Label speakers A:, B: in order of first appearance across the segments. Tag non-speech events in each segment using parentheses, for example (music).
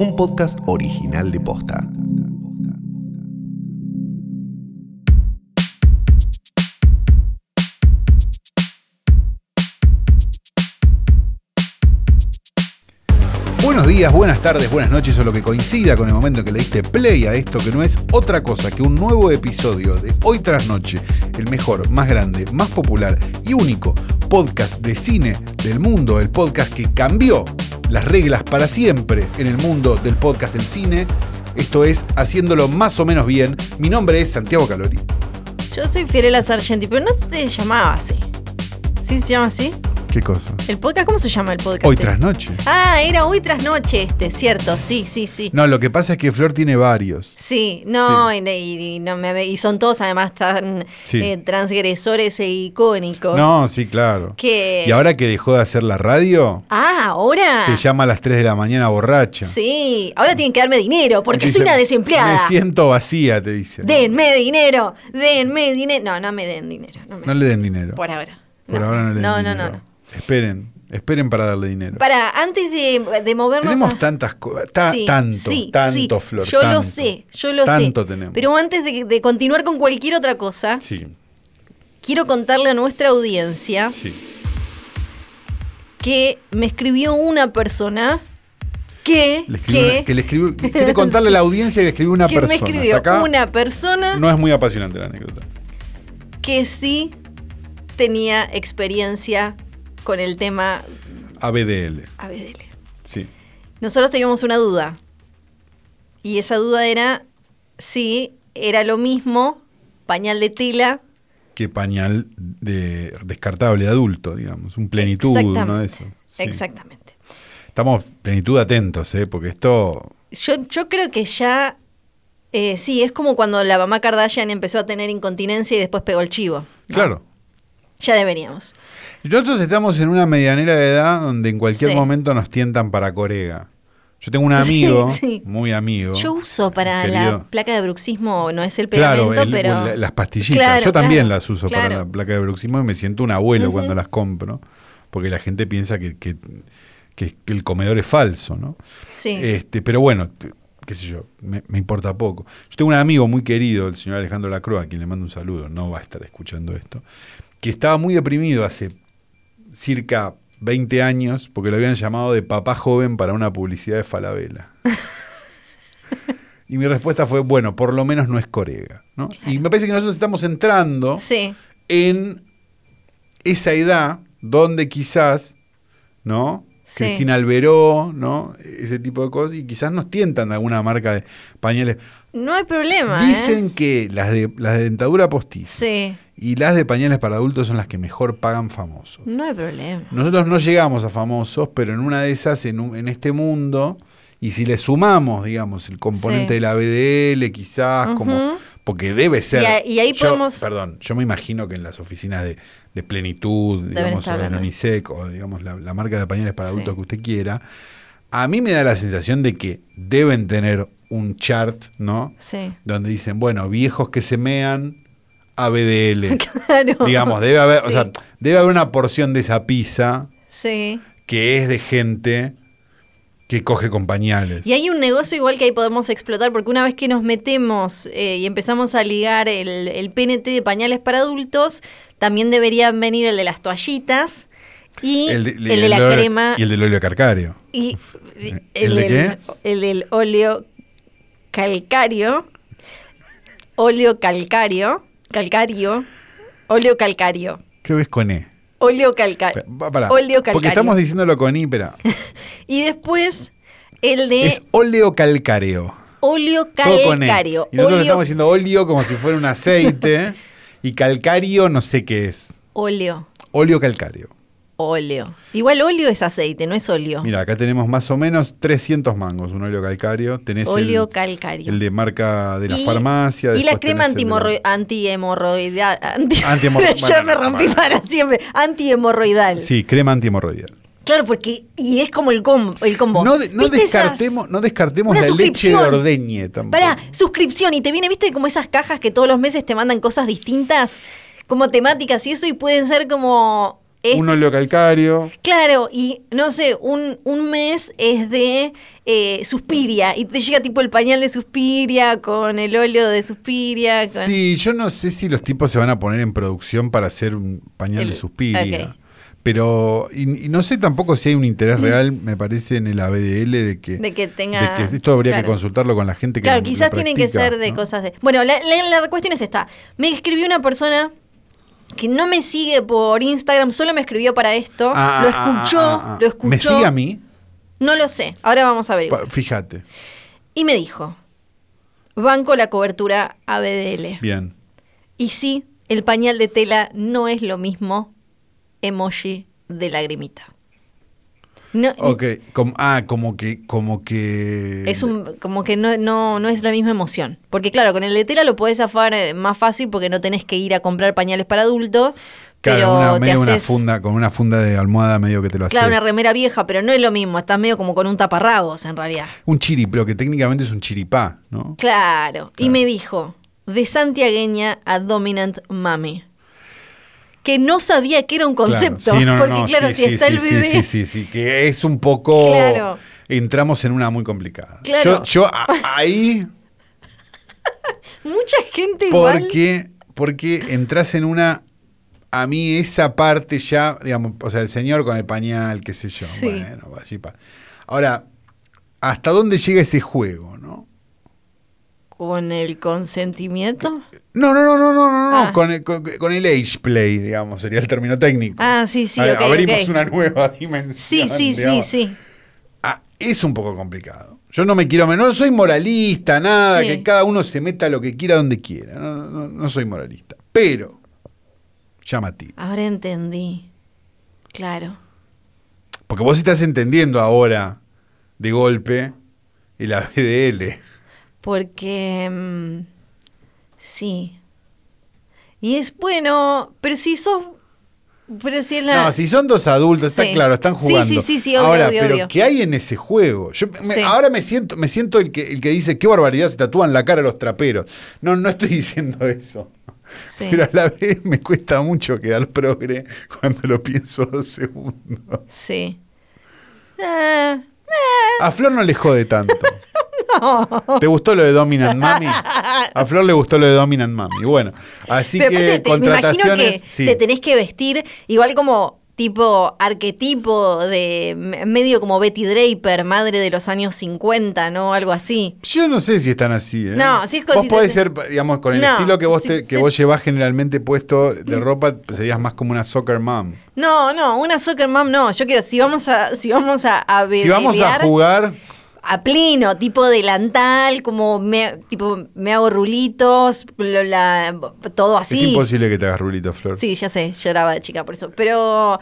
A: un podcast original de Posta.
B: Buenos días, buenas tardes, buenas noches o lo que coincida con el momento que le diste play a esto que no es otra cosa que un nuevo episodio de Hoy tras Noche, el mejor, más grande, más popular y único podcast de cine del mundo, el podcast que cambió las reglas para siempre en el mundo del podcast del cine. Esto es haciéndolo más o menos bien. Mi nombre es Santiago Calori.
C: Yo soy Fiorella Sargenti, pero no te llamaba así. ¿Sí se llama así?
B: ¿Qué cosa?
C: ¿El podcast? ¿Cómo se llama el podcast?
B: Hoy tras noche.
C: Ah, era hoy tras noche este, cierto, sí, sí, sí.
B: No, lo que pasa es que Flor tiene varios.
C: Sí, no, Y, y- y no me- y son todos además tan
B: Sí.
C: eh, transgresores e icónicos.
B: No, sí, claro.
C: Que...
B: Y ahora que dejó de hacer la radio,
C: Ah, ahora.
B: te llama a las 3 de la mañana borracha.
C: Sí, ahora tienen que darme dinero porque
B: Dice,
C: soy una desempleada.
B: Me siento vacía, te dice.
C: Denme dinero, denme dinero. No, no me den dinero. No, me-
B: No le den dinero. Por,
C: Por ahora.
B: ahora no le den
C: no,
B: dinero.
C: no, no, no.
B: Esperen, esperen para darle dinero.
C: Para, antes de, de movernos
B: tenemos
C: a-
B: tantas cosas, ta-
C: Sí,
B: tanto,
C: sí,
B: tanto,
C: sí.
B: Flor.
C: Yo
B: tanto.
C: lo sé, yo lo sé.
B: Tanto tenemos.
C: Pero antes de, de continuar con cualquier otra cosa,
B: Sí,
C: quiero contarle a nuestra audiencia
B: sí.
C: que me escribió una persona que,
B: Le escribí
C: que,
B: una- que le escribí-
C: (laughs)
B: quiere contarle a la audiencia que escribió una
C: que
B: persona.
C: me escribió
B: Hasta acá
C: una persona
B: No es muy apasionante la anécdota.
C: que sí tenía experiencia con el tema
B: ABDL.
C: ABDL.
B: Sí.
C: Nosotros teníamos una duda. Y esa duda era si era lo mismo pañal de tela
B: Qué pañal de descartable de adulto, digamos. Un plenitud, uno de esos. Sí.
C: Exactamente.
B: Estamos plenitud atentos, ¿eh? porque esto
C: Yo, yo creo que ya. eh, sí, es como cuando la mamá Kardashian empezó a tener incontinencia y después pegó el chivo.
B: Claro.
C: Ya deberíamos.
B: Nosotros estamos en una medianera de edad donde en cualquier
C: Sí.
B: momento nos tientan para Corega. Yo tengo un amigo,
C: (laughs) Sí.
B: muy amigo.
C: Yo uso para
B: querido.
C: la placa de bruxismo, no es el pegamento,
B: Claro, el-
C: pero.
B: la- las pastillitas.
C: Claro,
B: Yo también
C: claro,
B: las uso para
C: claro.
B: la placa de bruxismo y me siento un abuelo cuando las compro, porque la gente piensa que, que- que- que el comedor es falso, ¿no?
C: Sí.
B: Este, pero bueno, t- qué sé yo, me, me importa poco. Yo tengo un amigo muy querido, el señor Alejandro Lacroa, a quien le mando un saludo, no va a estar escuchando esto, que estaba muy deprimido hace circa 20 años porque lo habían llamado de papá joven para una publicidad de Falabella. y mi respuesta fue, bueno, por lo menos no es corega. ¿no? Y me parece que nosotros estamos entrando
C: sí.
B: en esa edad donde quizás, ¿no?
C: Sí.
B: Cristina Alberó, ¿no? Ese tipo de cosas. Y quizás nos tientan de alguna marca de pañales.
C: No hay problema. ¿eh?
B: Dicen que las de, las de dentadura postiza
C: Sí.
B: y las de pañales para adultos son las que mejor pagan famosos.
C: No hay problema.
B: Nosotros no llegamos a famosos, pero en una de esas, en, un- en este mundo, y si le sumamos, digamos, el componente de
C: Sí.
B: la BDL, quizás, como
C: Ujú.
B: porque debe ser.
C: Y a- y ahí
B: yo-
C: podemos-
B: Perdón, yo me imagino que en las oficinas de, de plenitud, digamos,
C: estar
B: o de
C: hablando.
B: UNICEF, o digamos, la, la marca de pañales para
C: Sí.
B: adultos que usted quiera, a mí me da la sensación de que deben tener un chart, ¿no?
C: Sí.
B: Donde dicen, bueno, viejos que se mean, ABDL.
C: (laughs) Claro.
B: Digamos, debe haber, o
C: Sí.
B: sea, debe haber una porción de esa pizza
C: Sí.
B: que es de gente que coge con pañales.
C: Y hay un negocio igual que ahí podemos explotar, porque una vez que nos metemos eh, y empezamos a ligar el, el PNT de pañales para adultos, también deberían venir el de las toallitas y el de,
B: el
C: la
B: del óleo-
C: crema.
B: Y el del óleo carcario.
C: y- y-
B: ¿El de
C: del- El del óleo calcario. Óleo calcario. Calcario. Óleo calcario.
B: Creo que es con E.
C: Óleo calcario.
B: Espera, pa- pará.
C: Óleo Eh,
B: Porque
C: calcario.
B: estamos diciéndolo con I,
C: (laughs)
B: pero
C: Y después el de
B: es óleo calcáreo.
C: óleo
B: Todo con E.
C: calcario.
B: Y nosotros
C: óleo-
B: estamos diciendo óleo como si fuera un
C: (laughs)
B: aceite. y calcario no sé qué es.
C: óleo.
B: Óleo calcáreo.
C: Óleo. Igual óleo es aceite, no es óleo.
B: Mira, acá tenemos más o menos 300 mangos, un óleo calcario. Tenés el-
C: óleo
B: el,
C: calcario.
B: de marca de la
C: Y-
B: farmacia.
C: Y la
B: después
C: crema
B: tenés el de la-
C: antimorro- antihemorroidal. anti- (laughs)
B: Antihemorro-
C: ya me
B: bueno,
C: rompí
B: bueno.
C: para siempre. Antihemorroidal.
B: Sí, crema antihemorroidal.
C: Claro, porque. Y es como el combo. El combo.
B: No, de- no
C: ¿Viste esas?
B: descartemos, no descartemos
C: Una
B: la leche de
C: suscripción.
B: ordeñe tampoco.
C: Pará, suscripción. Y te viene, viste, como esas cajas que todos los meses te mandan cosas distintas, como temáticas y eso, y pueden ser como. Este-
B: un óleo calcario.
C: Claro, y no sé, un, un mes es de eh, Suspiria y te llega tipo el pañal de Suspiria con el óleo de Suspiria. Con...
B: Sí, yo no sé si los tipos se van a poner en producción para hacer un pañal
C: El-
B: de suspiria.
C: ok. Mm.
B: Pero, y, y no sé tampoco si hay un interés real, me parece, en el ABDL de que,
C: De que tenga-
B: de que esto habría
C: claro.
B: que consultarlo con la gente que
C: Claro,
B: lo- lo
C: quizás tienen que
B: practica,
C: ser de
B: ¿no?
C: cosas de... Bueno, la, la- la cuestión es esta. Me escribió una persona que no me sigue por Instagram, solo me escribió para esto.
B: Ah,
C: lo
B: ah,
C: escuchó,
B: ah, ah, ah.
C: lo escuchó.
B: ¿Me sigue a mí?
C: No lo sé, ahora vamos a ver.
B: Pa- Fíjate.
C: Y me dijo, banco la cobertura ABDL.
B: Bien.
C: Y sí, el pañal de tela no es lo mismo emoji de lagrimita. No,
B: Ok. Como, ah, como que, como que.
C: Es un, como que no, no, no es la misma emoción. Porque claro, con el de tela lo podés zafar eh, más fácil porque no tenés que ir a comprar pañales para adultos.
B: Claro,
C: pero
B: una,
C: te
B: medio una
C: haces-
B: funda, con una funda de almohada medio que te lo hace.
C: Claro, una remera vieja, pero no es lo mismo. Estás medio como con un taparrabos en realidad.
B: Un chiri, pero que técnicamente es un chiripá, ¿no?
C: Claro. Y me dijo, de santiagueña a dominant mami. Que no sabía que era un concepto.
B: Claro. Sí, no, no,
C: porque
B: no,
C: claro,
B: sí,
C: si
B: sí,
C: está
B: sí,
C: el
B: sí,
C: bebé.
B: Sí, sí, sí, que es un poco...
C: Claro.
B: Entramos en una muy complicada.
C: Claro.
B: Yo, yo a- ahí,
C: Mucha gente (laughs) igual.
B: porque, porque entras en una... A mí esa parte ya, digamos, o sea, el señor con el pañal, qué sé yo.
C: Sí.
B: Bueno, allí pa- Ahora, ¿hasta dónde llega ese juego, no?
C: Con el consentimiento.
B: No, no, no, no, no, no, no,
C: Ah.
B: con, el, con, con el age play, digamos, sería el término técnico.
C: Ah, sí, sí,
B: A-
C: ok,
B: Abrimos
C: ok.
B: una nueva (laughs) dimensión.
C: Sí, sí, sí,
B: digamos.
C: sí.
B: Ah, es un poco complicado. Yo no me quiero, no soy moralista, nada,
C: Sí.
B: que cada uno se meta lo que quiera donde quiera. No, no- no soy moralista. Pero, llamativo.
C: Ahora entendí. Claro.
B: Porque vos estás entendiendo ahora, de golpe, el ABDL.
C: Porque. mm, sí. Y es bueno, pero si sos. Pero si es la.
B: No, si son dos adultos,
C: Sí.
B: está claro, están
C: Sí,
B: jugando.
C: sí, sí, sí, obvio,
B: ahora,
C: obvio,
B: pero
C: obvio.
B: ¿qué hay en ese juego? Yo me-
C: Sí.
B: Ahora me siento, me siento el que, el que dice, qué barbaridad, se tatúan la cara los traperos. No, no estoy (laughs) diciendo eso.
C: sí.
B: Pero a la vez me cuesta mucho quedar progre cuando lo pienso dos segundos.
C: sí. Ah,
B: A Flor no le jode
C: (laughs)
B: tanto. ¿Te gustó lo de Dominant Mami? A Flor le gustó lo de Dominant Mami. Bueno, así
C: pero
B: que
C: aparte te- me imagino que
B: contrataciones. sí.
C: te tenés que vestir igual como tipo arquetipo de me- medio como Betty Draper, madre de los años 50, ¿no? Algo así.
B: Yo no sé si están así. ¿eh?
C: No, si es
B: Vos
C: consistente-
B: podés ser, digamos, con el
C: No,
B: estilo que vos,
C: si
B: te- que
C: te-
B: vos llevás generalmente puesto de ropa, serías más como una soccer mom.
C: No, no, una soccer mom no. Yo quiero, si vamos a, si vamos a, a
B: Si vamos a
C: bebear-
B: jugar,
C: a pleno, tipo delantal, como me, tipo me hago rulitos, lo- la- todo así.
B: es imposible que te hagas rulito, Flor.
C: Sí, ya sé, lloraba de chica por eso. Pero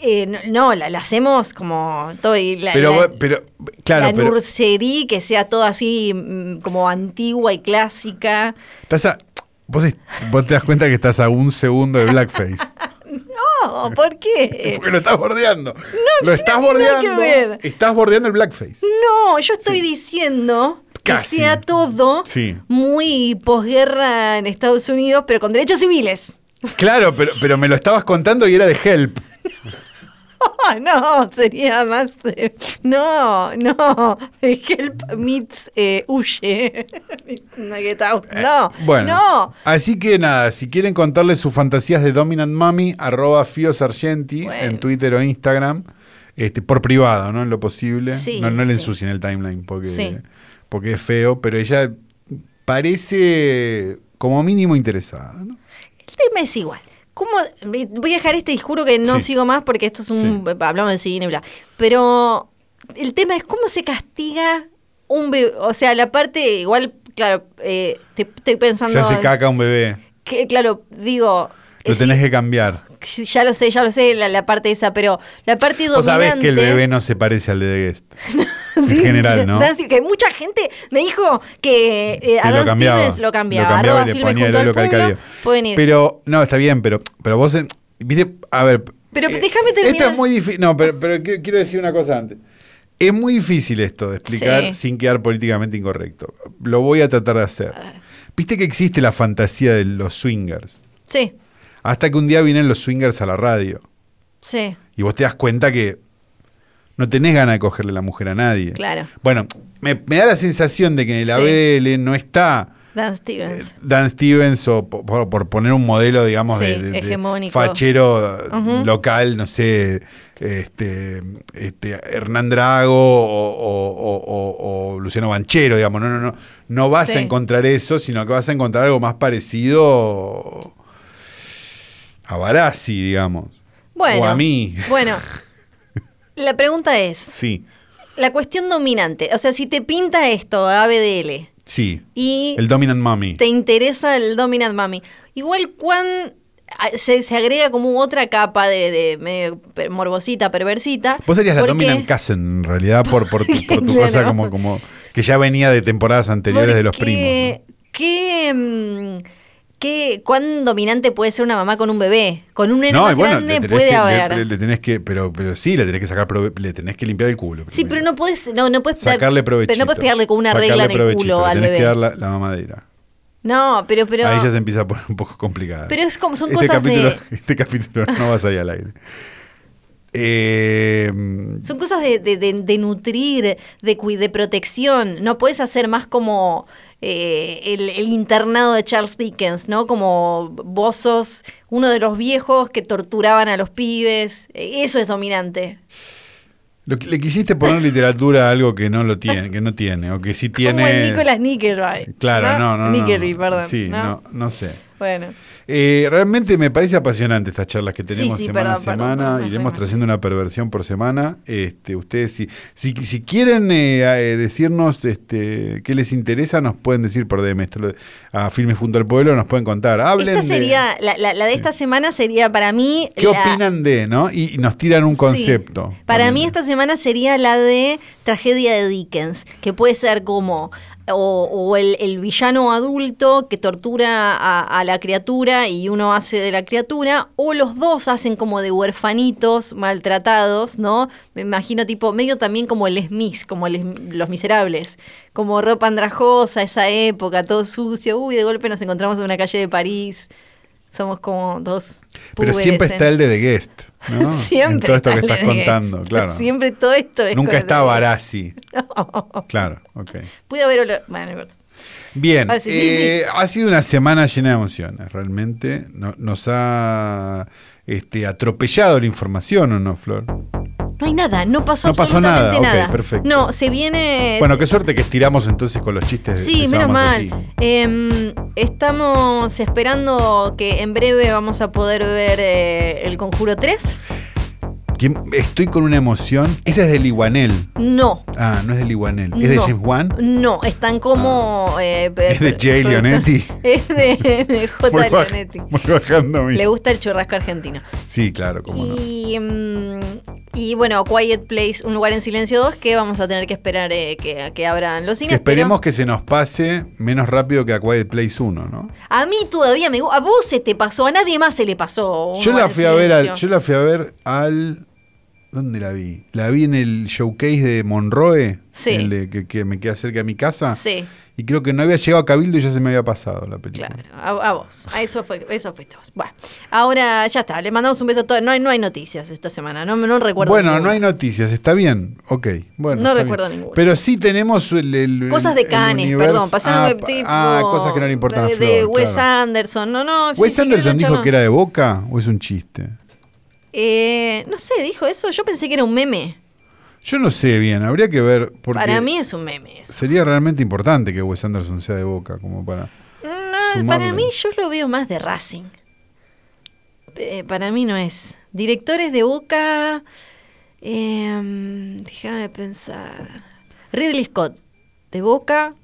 C: eh, no, no, la, la hacemos como todo y la,
B: pero,
C: la-
B: vos- pero, claro,
C: la
B: pero.
C: nurserie que sea todo así mm, como antigua y clásica.
B: Estás a- vos, es- vos te das cuenta que estás a un segundo del
C: (laughs)
B: blackface.
C: No,
B: (laughs)
C: ¿por qué?
B: Porque lo estás bordeando.
C: Eh. no
B: lo estás
C: tiene nada que
B: bordeando.
C: ver.
B: Estás bordeando el blackface.
C: No, yo estoy diciendo
B: Casi.
C: que sea todo
B: Sí.
C: muy posguerra en Estados Unidos, pero con derechos civiles. (laughs)
B: Claro, pero, pero me lo estabas contando y era de help.
C: Oh, no, sería más. eh, no, no. eh, Help meets eh, huye. (laughs) no, get out. No.
B: Eh,
C: (laughs)
B: Bueno.
C: No.
B: Así que nada, si quieren contarles sus fantasías de Dominant Mami, arroba Fio Sargenti
C: Bueno.
B: en Twitter o Instagram, este, por privado, ¿no? En lo posible.
C: Sí,
B: no no le
C: sí.
B: ensucien el timeline porque,
C: Sí.
B: porque es feo, pero ella parece como mínimo interesada, ¿no?
C: El tema es igual. ¿Cómo? Voy a dejar este y juro que no
B: Sí.
C: sigo más porque esto es un. Hablamos de cine, bla. Pero el tema es cómo se castiga un bebé. O sea, la parte, igual, claro, eh, te- estoy pensando.
B: Se hace caca un bebé.
C: que, claro, digo.
B: Lo
C: eh,
B: tenés que cambiar.
C: sí, ya lo sé, ya lo sé, la, la parte esa, pero la parte dominante.
B: Vos sabés que el bebé no se parece al de The Guest.
C: (laughs)
B: en
C: Sí,
B: general,
C: (laughs)
B: ¿no?
C: es decir, que mucha gente me dijo que, eh,
B: Que
C: Adam
B: lo cambiaba.
C: Stevens lo cambiaba.
B: cambiaba
C: Arroba
B: y le
C: Filmes
B: ponía el
C: junto al
B: óleo calcario.
C: pueblo, pueden ir.
B: Pero, no, está bien, pero, pero vos, en- viste, a ver. eh,
C: Pero déjame terminar.
B: Esto es muy difícil. No, pero, pero quiero, quiero decir una cosa antes. Es muy difícil esto de explicar
C: Sí.
B: sin quedar políticamente incorrecto. Lo voy a tratar de hacer. Viste que existe la fantasía de los swingers.
C: Sí,
B: Hasta que un día vienen los swingers a la radio.
C: Sí,
B: Y vos te das cuenta que no tenés ganas de cogerle la mujer a nadie.
C: claro.
B: Bueno, me, me da la sensación de que en el
C: Sí.
B: ABL no está
C: Dan
B: eh,
C: Stevens.
B: Dan Stevens, o po- por, por poner un modelo, digamos,
C: Sí,
B: de, de- de
C: hegemónico.
B: fachero
C: Ujú.
B: local, no sé, este, este, Hernán Drago o, o- o- o- o Luciano Banchero, digamos. No, no, no. No vas
C: Sí.
B: a encontrar eso, sino que vas a encontrar algo más parecido a Barassi, digamos.
C: Bueno.
B: O a mí. (laughs)
C: Bueno, la pregunta es,
B: Sí,
C: la cuestión dominante, o sea, si te pinta esto, ABDL,
B: sí.
C: y
B: El Dominant Mami.
C: te interesa el Dominant Mami, igual cuán... a- Se, se agrega como otra capa de, de medio per- morbosita, perversita.
B: Vos serías la
C: porque-
B: Dominant Cousin, en realidad, por, por tu, por tu
C: (laughs) Claro.
B: cosa como, como que ya venía de temporadas anteriores de los
C: Porque,
B: primos. ¿no?
C: ¿Qué, mm, qué- cuán dominante puede ser una mamá con un bebé? Con un nene
B: No, y
C: más
B: bueno, le
C: grande
B: tenés,
C: puede
B: que, le-
C: haber.
B: le, tenés que, pero, pero sí, le tenés que sacar, prove- le tenés que limpiar el culo.
C: sí, pero
B: primero.
C: no puedes, no, no puedes
B: sacarle provechito.
C: Pero no puedes pegarle con una
B: Sacarle
C: regla en el
B: provechito,
C: culo
B: le
C: al
B: tenés
C: bebé.
B: que dar la, la mamadera.
C: No, pero, pero.
B: Ahí ya se empieza a poner un poco complicada.
C: Pero es como- son
B: Este
C: cosas de-
B: capítulo, (laughs) Este capítulo no vas ahí al aire. Eh,
C: Son cosas de, de- de- de nutrir, de, cui- de protección. No puedes hacer más como eh, el, el internado de Charles Dickens, ¿no? Como vos sos uno de los viejos que torturaban a los pibes. Eh, Eso es dominante.
B: lo que- le quisiste poner literatura a algo que no lo tiene, que no tiene, o que sí tiene.
C: Como el Nicolas Nickleby.
B: Claro, no, no. no,
C: Nickleby,
B: no.
C: perdón.
B: Sí,
C: ¿no?
B: no, no sé.
C: Bueno,
B: Eh, realmente me parece apasionante estas charlas que tenemos
C: Sí, sí,
B: semana
C: perdón,
B: a
C: perdón,
B: semana.
C: perdón, me
B: Iremos
C: fui mal.
B: trayendo una perversión por semana. Este, ustedes, si, si, si quieren eh, a- eh, decirnos este, qué les interesa, nos pueden decir por DM. Esto lo- a Filmes Junto al Pueblo nos pueden contar. Hablen
C: esta
B: de.
C: sería, la, la- la de esta semana sería para mí...
B: ¿Qué
C: la-
B: opinan de, no? Y, y nos tiran un
C: Sí.
B: concepto.
C: Para
B: Ponele.
C: mí esta semana sería la de tragedia de Dickens, que puede ser como o, o el, el villano adulto que tortura a, a la criatura y uno hace de la criatura, o los dos hacen como de huerfanitos maltratados, ¿no? Me imagino tipo medio también como el Smith, como el Sm- los miserables, como ropa andrajosa, esa época, todo sucio, uy, de golpe nos encontramos en una calle de París. Somos como dos.
B: Pero
C: púberes
B: siempre
C: en-
B: está el de The Guest,
C: (laughs)
B: ¿no?
C: Siempre.
B: En todo esto que
C: sale
B: estás
C: de-
B: contando, claro.
C: (laughs) Siempre todo esto es.
B: Nunca
C: con-
B: está Barassi.
C: (laughs) No.
B: Claro, ok.
C: Pude haber olor. Bueno, no importa.
B: Bien,
C: Ah, sí, sí,
B: eh, ha sido una semana llena de emociones, realmente. No- nos ha este, atropellado la información, ¿o no, Flor?
C: No hay nada, no pasó
B: No pasó
C: absolutamente
B: nada, ok, perfecto.
C: No, se viene.
B: Bueno, qué suerte que estiramos entonces con los chistes. de-
C: Eh, Sí,
B: de
C: menos
B: Sábado
C: mal.
B: Masoquismo.
C: Em, estamos esperando que en breve vamos a poder ver eh, el Conjuro 3.
B: ¿Quién- Estoy con una emoción. Esa es del Iguanel.
C: No,
B: Ah, no es del Iguanel. ¿Es de
C: No.
B: James Wan?
C: no, están como. eh, pe-
B: Ah. ¿Es de
C: pe- (laughs)
B: Jay
C: pe-
B: Leonetti?
C: Es de, de J.
B: Voy baj-
C: Leonetti.
B: voy bajando mi-
C: Le gusta el churrasco argentino.
B: Sí, claro, cómo no.
C: Y, mm, y bueno, Quiet Place, Un lugar en silencio 2, que vamos a tener que esperar eh, que, a que abran los
B: Que
C: cines.
B: esperemos
C: pero
B: que se nos pase menos rápido que a Quiet Place 1, ¿no?
C: A mí todavía me gu- A vos se te pasó, a nadie más se le pasó. Un
B: Yo
C: lugar
B: la
C: en
B: fui a ver al,
C: silencio.
B: yo la fui a ver al ¿dónde la vi? La vi en el showcase de Monroe,
C: Sí.
B: el de que, que me queda cerca de mi casa.
C: Sí,
B: Y creo que no había llegado a Cabildo y ya se me había pasado la película.
C: claro, a, a vos. A eso fue, eso fuiste vos. Bueno, ahora ya está, le mandamos un beso a todos. No hay, no hay noticias esta semana, no, no recuerdo.
B: Bueno, no
C: ninguna.
B: hay noticias, está bien. Ok, bueno.
C: No
B: está
C: recuerdo
B: bien.
C: ninguna.
B: Pero sí tenemos el. el-
C: Cosas de
B: el
C: Canes,
B: universo-
C: perdón,
B: ah,
C: pasando
B: pa-
C: tipo.
B: Ah, cosas que no le importan a
C: De,
B: Flor,
C: de Wes
B: claro.
C: Anderson, no, no. sí,
B: ¿Wes
C: si querés
B: Anderson
C: la
B: dijo
C: charla-
B: que era de boca o es un chiste?
C: Eh, no sé, dijo eso. Yo pensé que era un meme.
B: Yo no sé bien, habría que ver. Porque
C: Para mí es un meme. eso.
B: Sería realmente importante que Wes Anderson sea de boca, como para.
C: No,
B: Sumarle.
C: para mí yo lo veo más de Racing. Eh, para mí no es. Directores de Boca. em, déjame pensar. Ridley Scott, de Boca.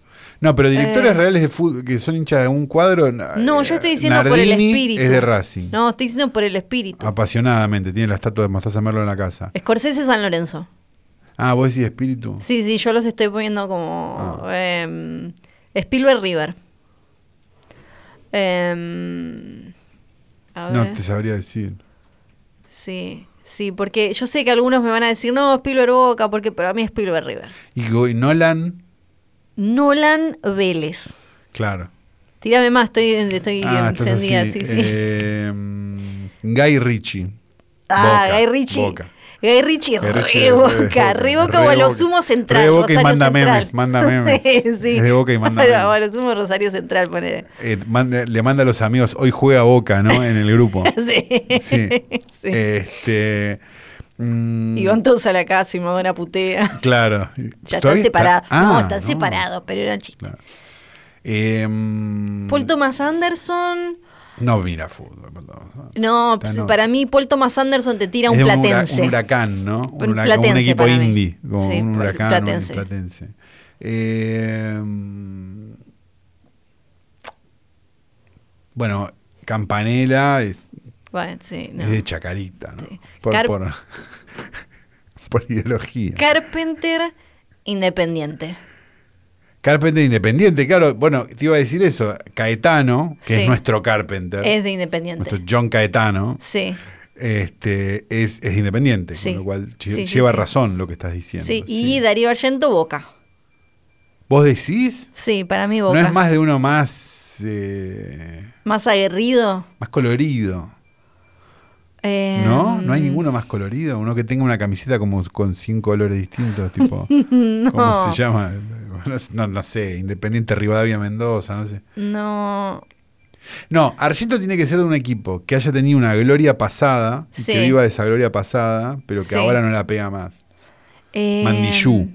B: No, pero directores
C: Eh.
B: reales de fútbol que son hinchas de un cuadro. na-
C: No,
B: eh,
C: yo estoy diciendo por el
B: Nardini
C: espíritu.
B: Es de Racing. Ah,
C: No, estoy diciendo por el espíritu.
B: Apasionadamente, tiene la estatua de Mostaza Merlo en la casa.
C: Scorsese San Lorenzo.
B: Ah, vos decís espíritu.
C: Sí, sí, yo los estoy poniendo como
B: Ah.
C: em, Spielberg River. Em, a
B: no,
C: ver.
B: te sabría decir.
C: Sí, sí, porque yo sé que algunos me van a decir, no, Spielberg Boca, porque para mí es Spielberg River.
B: Y Go- y Nolan,
C: Nolan Vélez.
B: claro.
C: Tírame más, estoy, estoy
B: Ah, estás así.
C: encendida, sí, sí.
B: Eh, Guy Ritchie.
C: Ah,
B: Boca,
C: Guy Ritchie.
B: Boca.
C: Guy Ritchie,
B: Guy
C: re
B: Ritchie,
C: boca, re boca o a los
B: Boca.
C: sumo central.
B: Re Boca y
C: Rosario
B: manda
C: Central.
B: memes, manda memes.
C: (laughs) sí, sí.
B: Es de Boca y manda
C: Pero
B: memes.
C: a los sumo Rosario Central, ponele. (laughs)
B: Eh, manda- le manda a los amigos, hoy juega Boca, ¿no? En el grupo.
C: (laughs) Sí.
B: Sí.
C: (laughs) Sí.
B: Este. mm,
C: Y van todos a la casa y Madonna putea. (laughs)
B: Claro.
C: Ya están
B: Todavía está-
C: separados. no,
B: Ah,
C: están separados, pero eran chistes.
B: Claro. Em,
C: Paul Thomas Anderson.
B: no mira fútbol. Paul Thomas Anderson.
C: No, pues,
B: Ah, no.
C: para mí Paul Thomas Anderson te tira un
B: Es de hura-
C: platense.
B: Un huracán, ¿no?
C: Un
B: Un, huracán,
C: platense
B: un equipo
C: para mí.
B: indie. Como
C: Sí,
B: un
C: por-
B: huracán,
C: platense.
B: un platense. Eh, bueno, Campanela es,
C: Bueno, sí, no.
B: es de Chacarita, ¿no?
C: Sí.
B: Por,
C: Car-
B: por, (laughs) por ideología.
C: Carpenter Independiente.
B: Carpenter Independiente, claro. Bueno, te iba a decir eso. Caetano, que
C: Sí.
B: es nuestro Carpenter,
C: Es de Independiente.
B: nuestro John Caetano,
C: Sí,
B: este, es, es independiente,
C: Sí.
B: con lo cual lle-
C: Sí, sí,
B: lleva
C: sí.
B: razón lo que estás diciendo.
C: sí.
B: sí.
C: Y Darío Argento Boca.
B: ¿Vos decís?
C: Sí, para mí Boca.
B: No es más de uno más, eh,
C: Más aguerrido.
B: más colorido.
C: eh,
B: ¿No? No hay ninguno más colorido. Uno que tenga una camiseta como con cinco colores distintos,
C: (laughs)
B: tipo. ¿Cómo
C: No.
B: se llama? No, no sé, Independiente Rivadavia Mendoza, no sé.
C: No.
B: No, Argento tiene que ser de un equipo que haya tenido una gloria pasada, y
C: Sí.
B: que viva de esa gloria pasada, pero que
C: Sí.
B: ahora no la pega más.
C: eh,
B: Mandillú.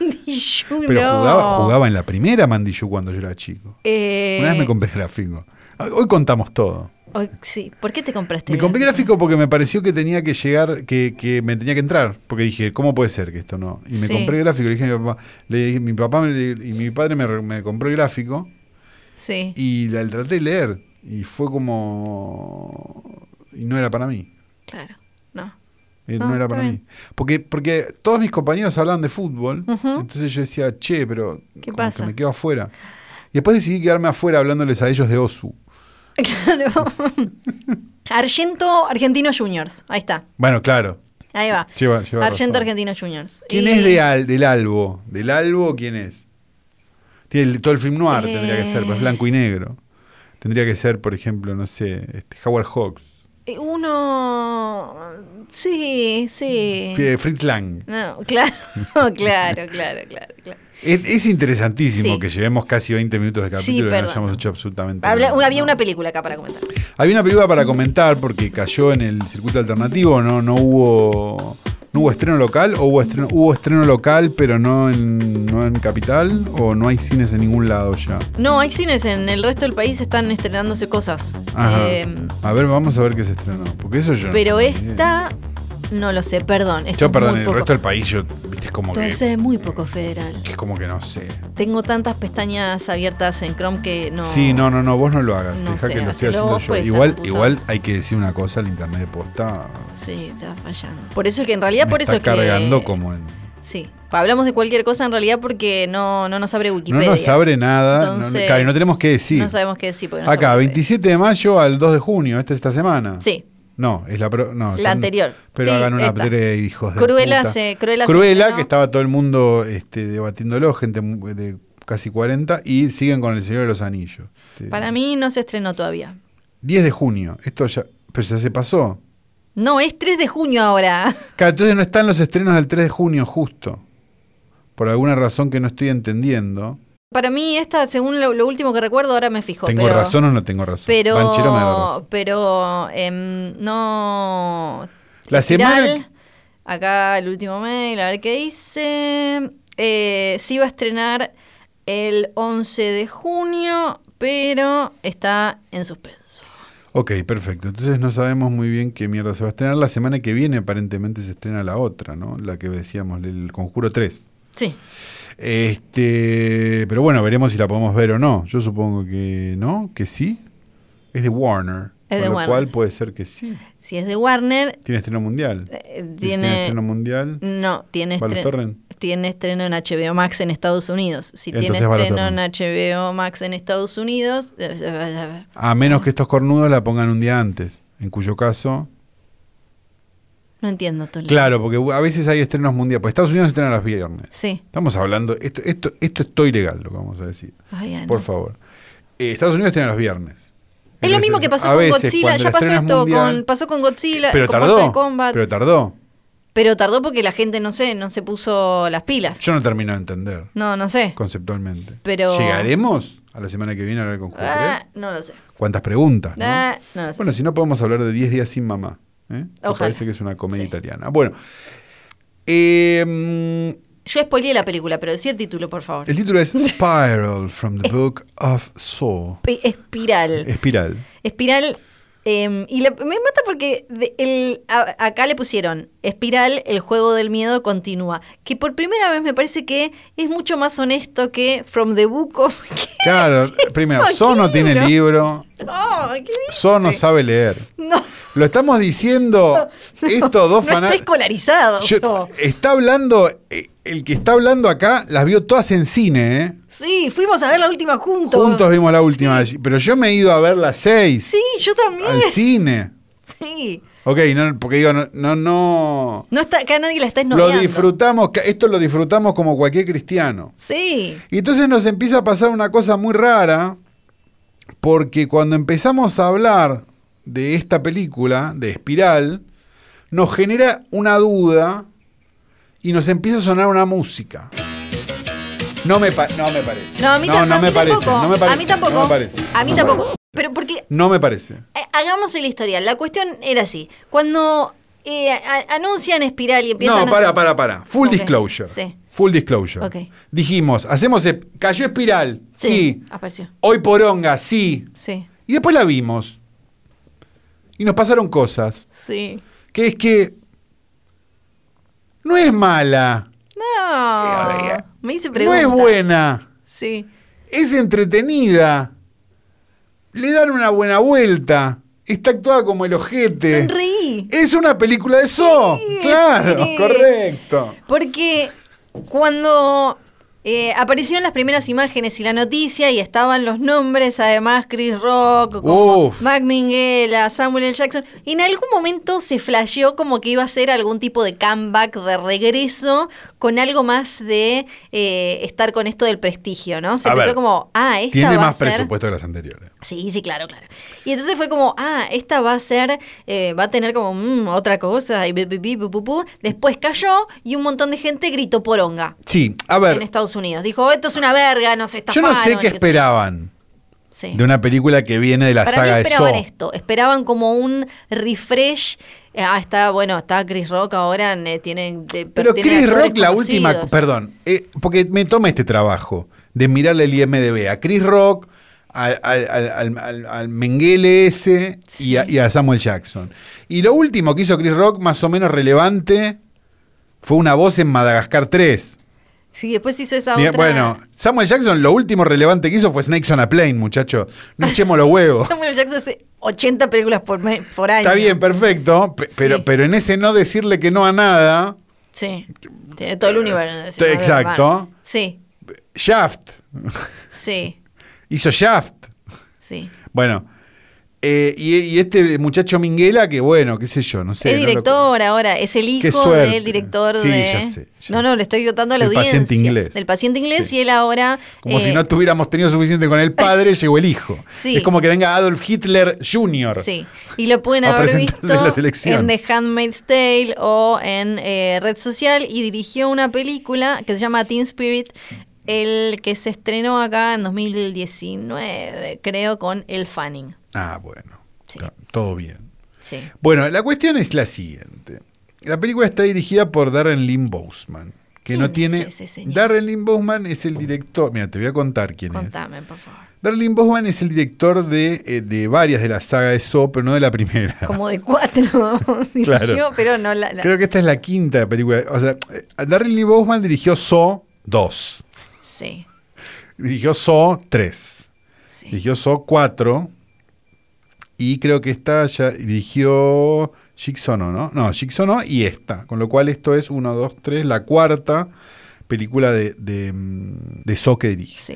C: Mandillú,
B: Pero
C: no.
B: jugaba, jugaba en la primera Mandillú cuando yo era chico.
C: Eh,
B: Una vez me compré gráfico. Ah, Hoy contamos todo.
C: hoy- sí. ¿Por qué te compraste?
B: Me compré
C: gráfico?
B: gráfico porque me pareció que tenía que llegar, que, que me tenía que entrar. Porque dije, ¿cómo puede ser que esto no? Y me
C: Sí.
B: compré gráfico, le dije a mi papá, le dije, mi papá me- y mi padre me, re- me compró el gráfico
C: Sí.
B: y la traté de leer. Y fue como. Y no era para mí.
C: Claro. No.
B: Eh,
C: Ah,
B: no era
C: está
B: para
C: bien.
B: mí. Porque, porque todos mis compañeros hablaban de fútbol,
C: Ujú.
B: entonces yo decía, che, pero
C: ¿Qué
B: como
C: pasa?
B: que me quedo afuera. Y después decidí quedarme afuera hablándoles a ellos de Osu. (laughs)
C: Claro. Argento Argentino Juniors. Ahí está.
B: Bueno, claro.
C: Ahí va.
B: Lleva- lleva
C: Argento
B: razón.
C: Argentino Juniors.
B: ¿Quién
C: Y-
B: es de Al- del Albo? ¿Del Albo quién es? Tiene el- todo el film noir tendría que ser, pero es
C: Eh.
B: blanco y negro. Tendría que ser, por ejemplo, no sé, este, Howard Hawks,
C: Eh, Uno. Sí, sí.
B: F- Fritz Lang.
C: No, claro, (laughs) claro, claro, claro. claro.
B: Es, es interesantísimo
C: Sí.
B: que llevemos casi 20 minutos de
C: Sí,
B: capítulo y no
C: perdón.
B: hayamos hecho absolutamente
C: Habla-
B: nada.
C: había una película acá para comentar.
B: Había una película para comentar porque cayó en el circuito alternativo, no, no hubo. ¿No hubo estreno local? ¿O hubo estreno, hubo estreno local pero no en, no en Capital? ¿O no hay cines en ningún lado ya?
C: No, hay cines en el resto del país, están estrenándose cosas.
B: Ajá.
C: Eh,
B: a ver, vamos a ver qué se estrenó. Porque eso yo. no
C: pero
B: tengo ni idea.
C: esta, no lo sé, perdón. esto
B: Yo,
C: es
B: perdón,
C: muy
B: en el
C: poco-
B: resto del país, yo. Viste, es como que.
C: Entonces es muy poco federal.
B: que Es como que no sé.
C: Tengo tantas pestañas abiertas en Chrome que no.
B: Sí, no, no, no, vos no lo hagas.
C: No
B: Deja
C: sé,
B: que lo esté haciendo
C: hacelo vos,
B: yo.
C: pues, está
B: Igual,
C: computado.
B: igual hay que decir una cosa: el internet de posta.
C: Sí, está fallando. Por eso es que en realidad,
B: me
C: por eso
B: está
C: es que.
B: cargando como en.
C: Sí. Hablamos de cualquier cosa en realidad porque no, no nos abre
B: No
C: Wikipedia.
B: nos abre nada. no-
C: Entonces,
B: claro, y no tenemos que decir.
C: No sabemos qué decir. porque no
B: Acá,
C: estamos en
B: 27 de mayo al 2 de junio, esta esta semana.
C: Sí.
B: No, es la, pro- no,
C: La
B: ya no.
C: anterior.
B: Pero
C: Sí,
B: hagan una
C: esta.
B: upgrade, hijos de
C: Cruella
B: puta.
C: se- Cruella se estrenó.
B: que estaba todo el mundo este, debatiéndolo, gente mu- de casi 40, y siguen con El Señor de los Anillos. Este,
C: Para mí no se estrenó todavía.
B: 10 de junio, esto ya, pero ya se pasó.
C: No, es 3 de junio ahora. (laughs)
B: Claro, entonces no están los estrenos del 3 de junio, justo. Por alguna razón que no estoy entendiendo.
C: Para mí esta, según lo, lo último que recuerdo, ahora me fijo.
B: ¿Tengo
C: pero,
B: razón o no tengo razón? Banchero me da la razón.
C: Pero, pero em, no...
B: La
C: Espiral,
B: semana-
C: Acá el último mail, a ver qué dice. Eh, se iba a estrenar el 11 de junio, pero está en suspenso.
B: Ok, perfecto. Entonces no sabemos muy bien qué mierda se va a estrenar. La semana que viene aparentemente se estrena la otra, ¿no? La que decíamos, el Conjuro 3.
C: Sí.
B: Este, pero bueno, veremos si la podemos ver o no. Yo supongo que no, que sí. Es de Warner.
C: Es
B: con
C: de
B: lo
C: Warner.
B: cual puede ser que sí.
C: Si es de Warner,
B: Tiene estreno mundial.
C: eh,
B: Si
C: tiene...
B: estreno mundial.
C: No, tiene,
B: ¿Para
C: estre-
B: los torrent?
C: tiene estreno en HBO Max en Estados Unidos. Si tiene
B: Entonces va a los
C: estreno en HBO Max en Estados Unidos, eh,
B: A menos que estos cornudos la pongan un día antes. En cuyo caso.
C: no entiendo todo.
B: Claro, porque a veces hay estrenos mundiales. Pues Estados Unidos estrena los viernes.
C: Sí.
B: Estamos hablando. Esto, esto, esto es todo ilegal, lo que vamos a decir.
C: Ay, Ana.
B: Por favor. Eh, Estados Unidos tiene los viernes.
C: Es lo
B: Entonces,
C: mismo que pasó
B: a
C: con
B: veces,
C: Godzilla,
B: cuando
C: ya
B: la
C: pasó
B: estrenas
C: esto,
B: mundial-
C: con, pasó con Godzilla,
B: Pero
C: con Mortal
B: tardó.
C: Kombat,
B: Pero tardó.
C: pero, tardó porque la gente, no sé, no se puso las pilas.
B: Yo no termino de entender
C: No, no sé.
B: conceptualmente.
C: Pero-
B: ¿Llegaremos a la semana que viene a hablar con Julio?
C: Ah, no lo sé.
B: ¿Cuántas preguntas? no?
C: Ah, no lo sé.
B: Bueno, si no podemos hablar de 10 días sin mamá. ¿eh? Me
C: Ojalá.
B: parece que es una comedia
C: Sí.
B: italiana. Bueno. eh,
C: Yo spoileé la película, pero decía el título, por favor.
B: el título es
C: (laughs)
B: Spiral from the Book of Saw.
C: Pe-
B: Eh.
C: Espiral.
B: Espiral.
C: Espiral. eh, y la- me mata porque de- el- a- acá le pusieron Espiral, el juego del miedo continúa. Que por primera vez me parece que es mucho más honesto que From the Book of. (laughs) ¿Qué?
B: Claro,
C: (laughs)
B: primero,
C: ¿Qué
B: Saw no tiene
C: libro?
B: libro,
C: No, Oh, ¿qué dice?
B: Saw no sabe leer.
C: No.
B: Lo estamos
C: (laughs)
B: diciendo (laughs) estos dos
C: no está
B: fanáticos.
C: escolarizado.
B: Yo-
C: so.
B: está hablando, eh, el que está hablando acá las vio todas en cine, ¿eh?
C: Sí, fuimos a ver la última juntos.
B: Juntos vimos la última, pero yo me he ido a ver las seis
C: Sí, yo también.
B: al cine.
C: Sí.
B: Ok, no, porque digo, no, no, no.
C: No está, acá nadie la está
B: Lo
C: esnobeando.
B: disfrutamos, ca- esto lo disfrutamos como cualquier cristiano.
C: Sí.
B: Y entonces nos empieza a pasar una cosa muy rara, porque cuando empezamos a hablar de esta película, de Espiral, nos genera una duda y nos empieza a sonar una música. No me, pa- no me parece.
C: No, a mí,
B: no,
C: tam-
B: no
C: a
B: me
C: mí
B: parece,
C: tampoco.
B: no me parece.
C: A mí tampoco.
B: No me parece.
C: A mí tampoco. Pero porque
B: No me parece.
C: eh, hagamos el historial. La cuestión era así. Cuando eh, a- anuncian espiral y empiezan
B: No,
C: a-
B: para, para, para. Full
C: Ok,
B: disclosure.
C: sí.
B: Full disclosure.
C: Ok.
B: Dijimos, hacemos. ep- Cayó espiral. Sí.
C: Apareció.
B: Hoy poronga, sí.
C: Sí.
B: Y después la vimos. Y nos pasaron cosas.
C: Sí.
B: Que es que. No es mala.
C: No.
B: Eh,
C: Me hice
B: No
C: preguntas.
B: es buena.
C: Sí.
B: Es entretenida. Le dan una buena vuelta. Está actuada como el ojete.
C: Sonreí.
B: Es una película de eso. claro,
C: sí.
B: correcto.
C: Porque cuando eh, aparecieron las primeras imágenes y la noticia y estaban los nombres, además Chris Rock, como
B: Uf.
C: Mac Minghella, Samuel L. Jackson, en algún momento se flasheó como que iba a ser algún tipo de comeback, de regreso, con algo más de eh, estar con esto del prestigio, ¿no? Se
B: A
C: pensó
B: ver,
C: como, ah, esta
B: Tiene
C: va a
B: más
C: ser-
B: presupuesto que las anteriores.
C: Sí, sí, claro, claro. Y entonces fue como, ah, esta va a ser, eh, va a tener como mm, otra cosa, y pi, pi, pi, pu, pu, pu. Después cayó y un montón de gente gritó poronga
B: Sí, a
C: en
B: ver,
C: Estados Unidos. Dijo, esto es una verga, nos
B: yo
C: estafaron.
B: no sé qué
C: y sé yo.
B: esperaban
C: Sí.
B: de una película que viene de la
C: Para mí
B: saga de
C: esperaban
B: Saw.
C: esto, esperaban como un refresh. Eh, Ah, está, bueno, está Chris Rock ahora, eh, tienen... eh,
B: Pero
C: tienen
B: Chris
C: actores
B: Rock, la última.
C: conocidos.
B: Perdón, eh, porque me tomé este trabajo de mirarle el IMDB a Chris Rock, al, al, al- al- al- al Mengele ese y, a,
C: Sí.
B: y a Samuel Jackson. Y lo último que hizo Chris Rock, más o menos relevante, fue una voz en Madagascar 3.
C: Sí, después hizo esa
B: Bien,
C: otra...
B: Bueno, Samuel Jackson, lo último relevante que hizo fue Snakes on a Plane, muchacho. No echemos los
C: (laughs)
B: huevos.
C: (laughs) Samuel Jackson hace 80 películas por, me- por año.
B: Está bien, perfecto, pe- pero,
C: Sí.
B: pero en ese no decirle que no a nada,
C: Sí. Tiene todo el universo.
B: eh, Exacto.
C: Sí,
B: Shaft, (laughs)
C: sí,
B: hizo Shaft.
C: sí.
B: Bueno, eh, y, y este muchacho Minguela, que bueno, qué sé yo, no sé.
C: es
B: no lo-
C: director ahora, es el
B: Qué
C: hijo
B: suerte.
C: del director
B: Sí,
C: de.
B: ya sé, ya
C: no, no, le estoy contando a la
B: Del
C: audiencia.
B: paciente inglés.
C: Del paciente inglés
B: Sí.
C: y él ahora.
B: como si
C: eh,
B: no tuviéramos tenido suficiente con el
C: (laughs)
B: padre, llegó el hijo.
C: Sí.
B: Es como que venga Adolf Hitler Jr.
C: Sí, y lo pueden
B: a
C: haber
B: presentarse
C: visto
B: en la selección.
C: en The Handmaid's Tale o en eh, Red Social y dirigió una película que se llama Teen Spirit, el que se estrenó acá en 2019, creo, con El Fanning.
B: Ah, bueno,
C: Sí.
B: está- todo bien.
C: Sí.
B: Bueno, la cuestión es la siguiente. La película está dirigida por Darren Lynn Bousman, que
C: ¿Quién
B: no
C: es
B: tiene...
C: ese señor?
B: Darren Lynn Bousman es el director... Mira, te voy a contar quién es.
C: Contame, por favor.
B: Darlene Bosman es el director de, eh, de varias de la saga de Saw, pero no de la primera.
C: como de cuatro (laughs) dirigió, pero no la, la-
B: Creo que esta es la quinta película. O sea, eh, Darlene Bosman dirigió Saw 2,
C: sí,
B: dirigió Saw 3,
C: sí.
B: dirigió Saw 4 y creo que esta ya dirigió Jigsaw, ¿no? No, Jigsaw no y esta. Con lo cual esto es 1, 2, 3, la cuarta película de, de, mm, de Saw que dirige.
C: sí.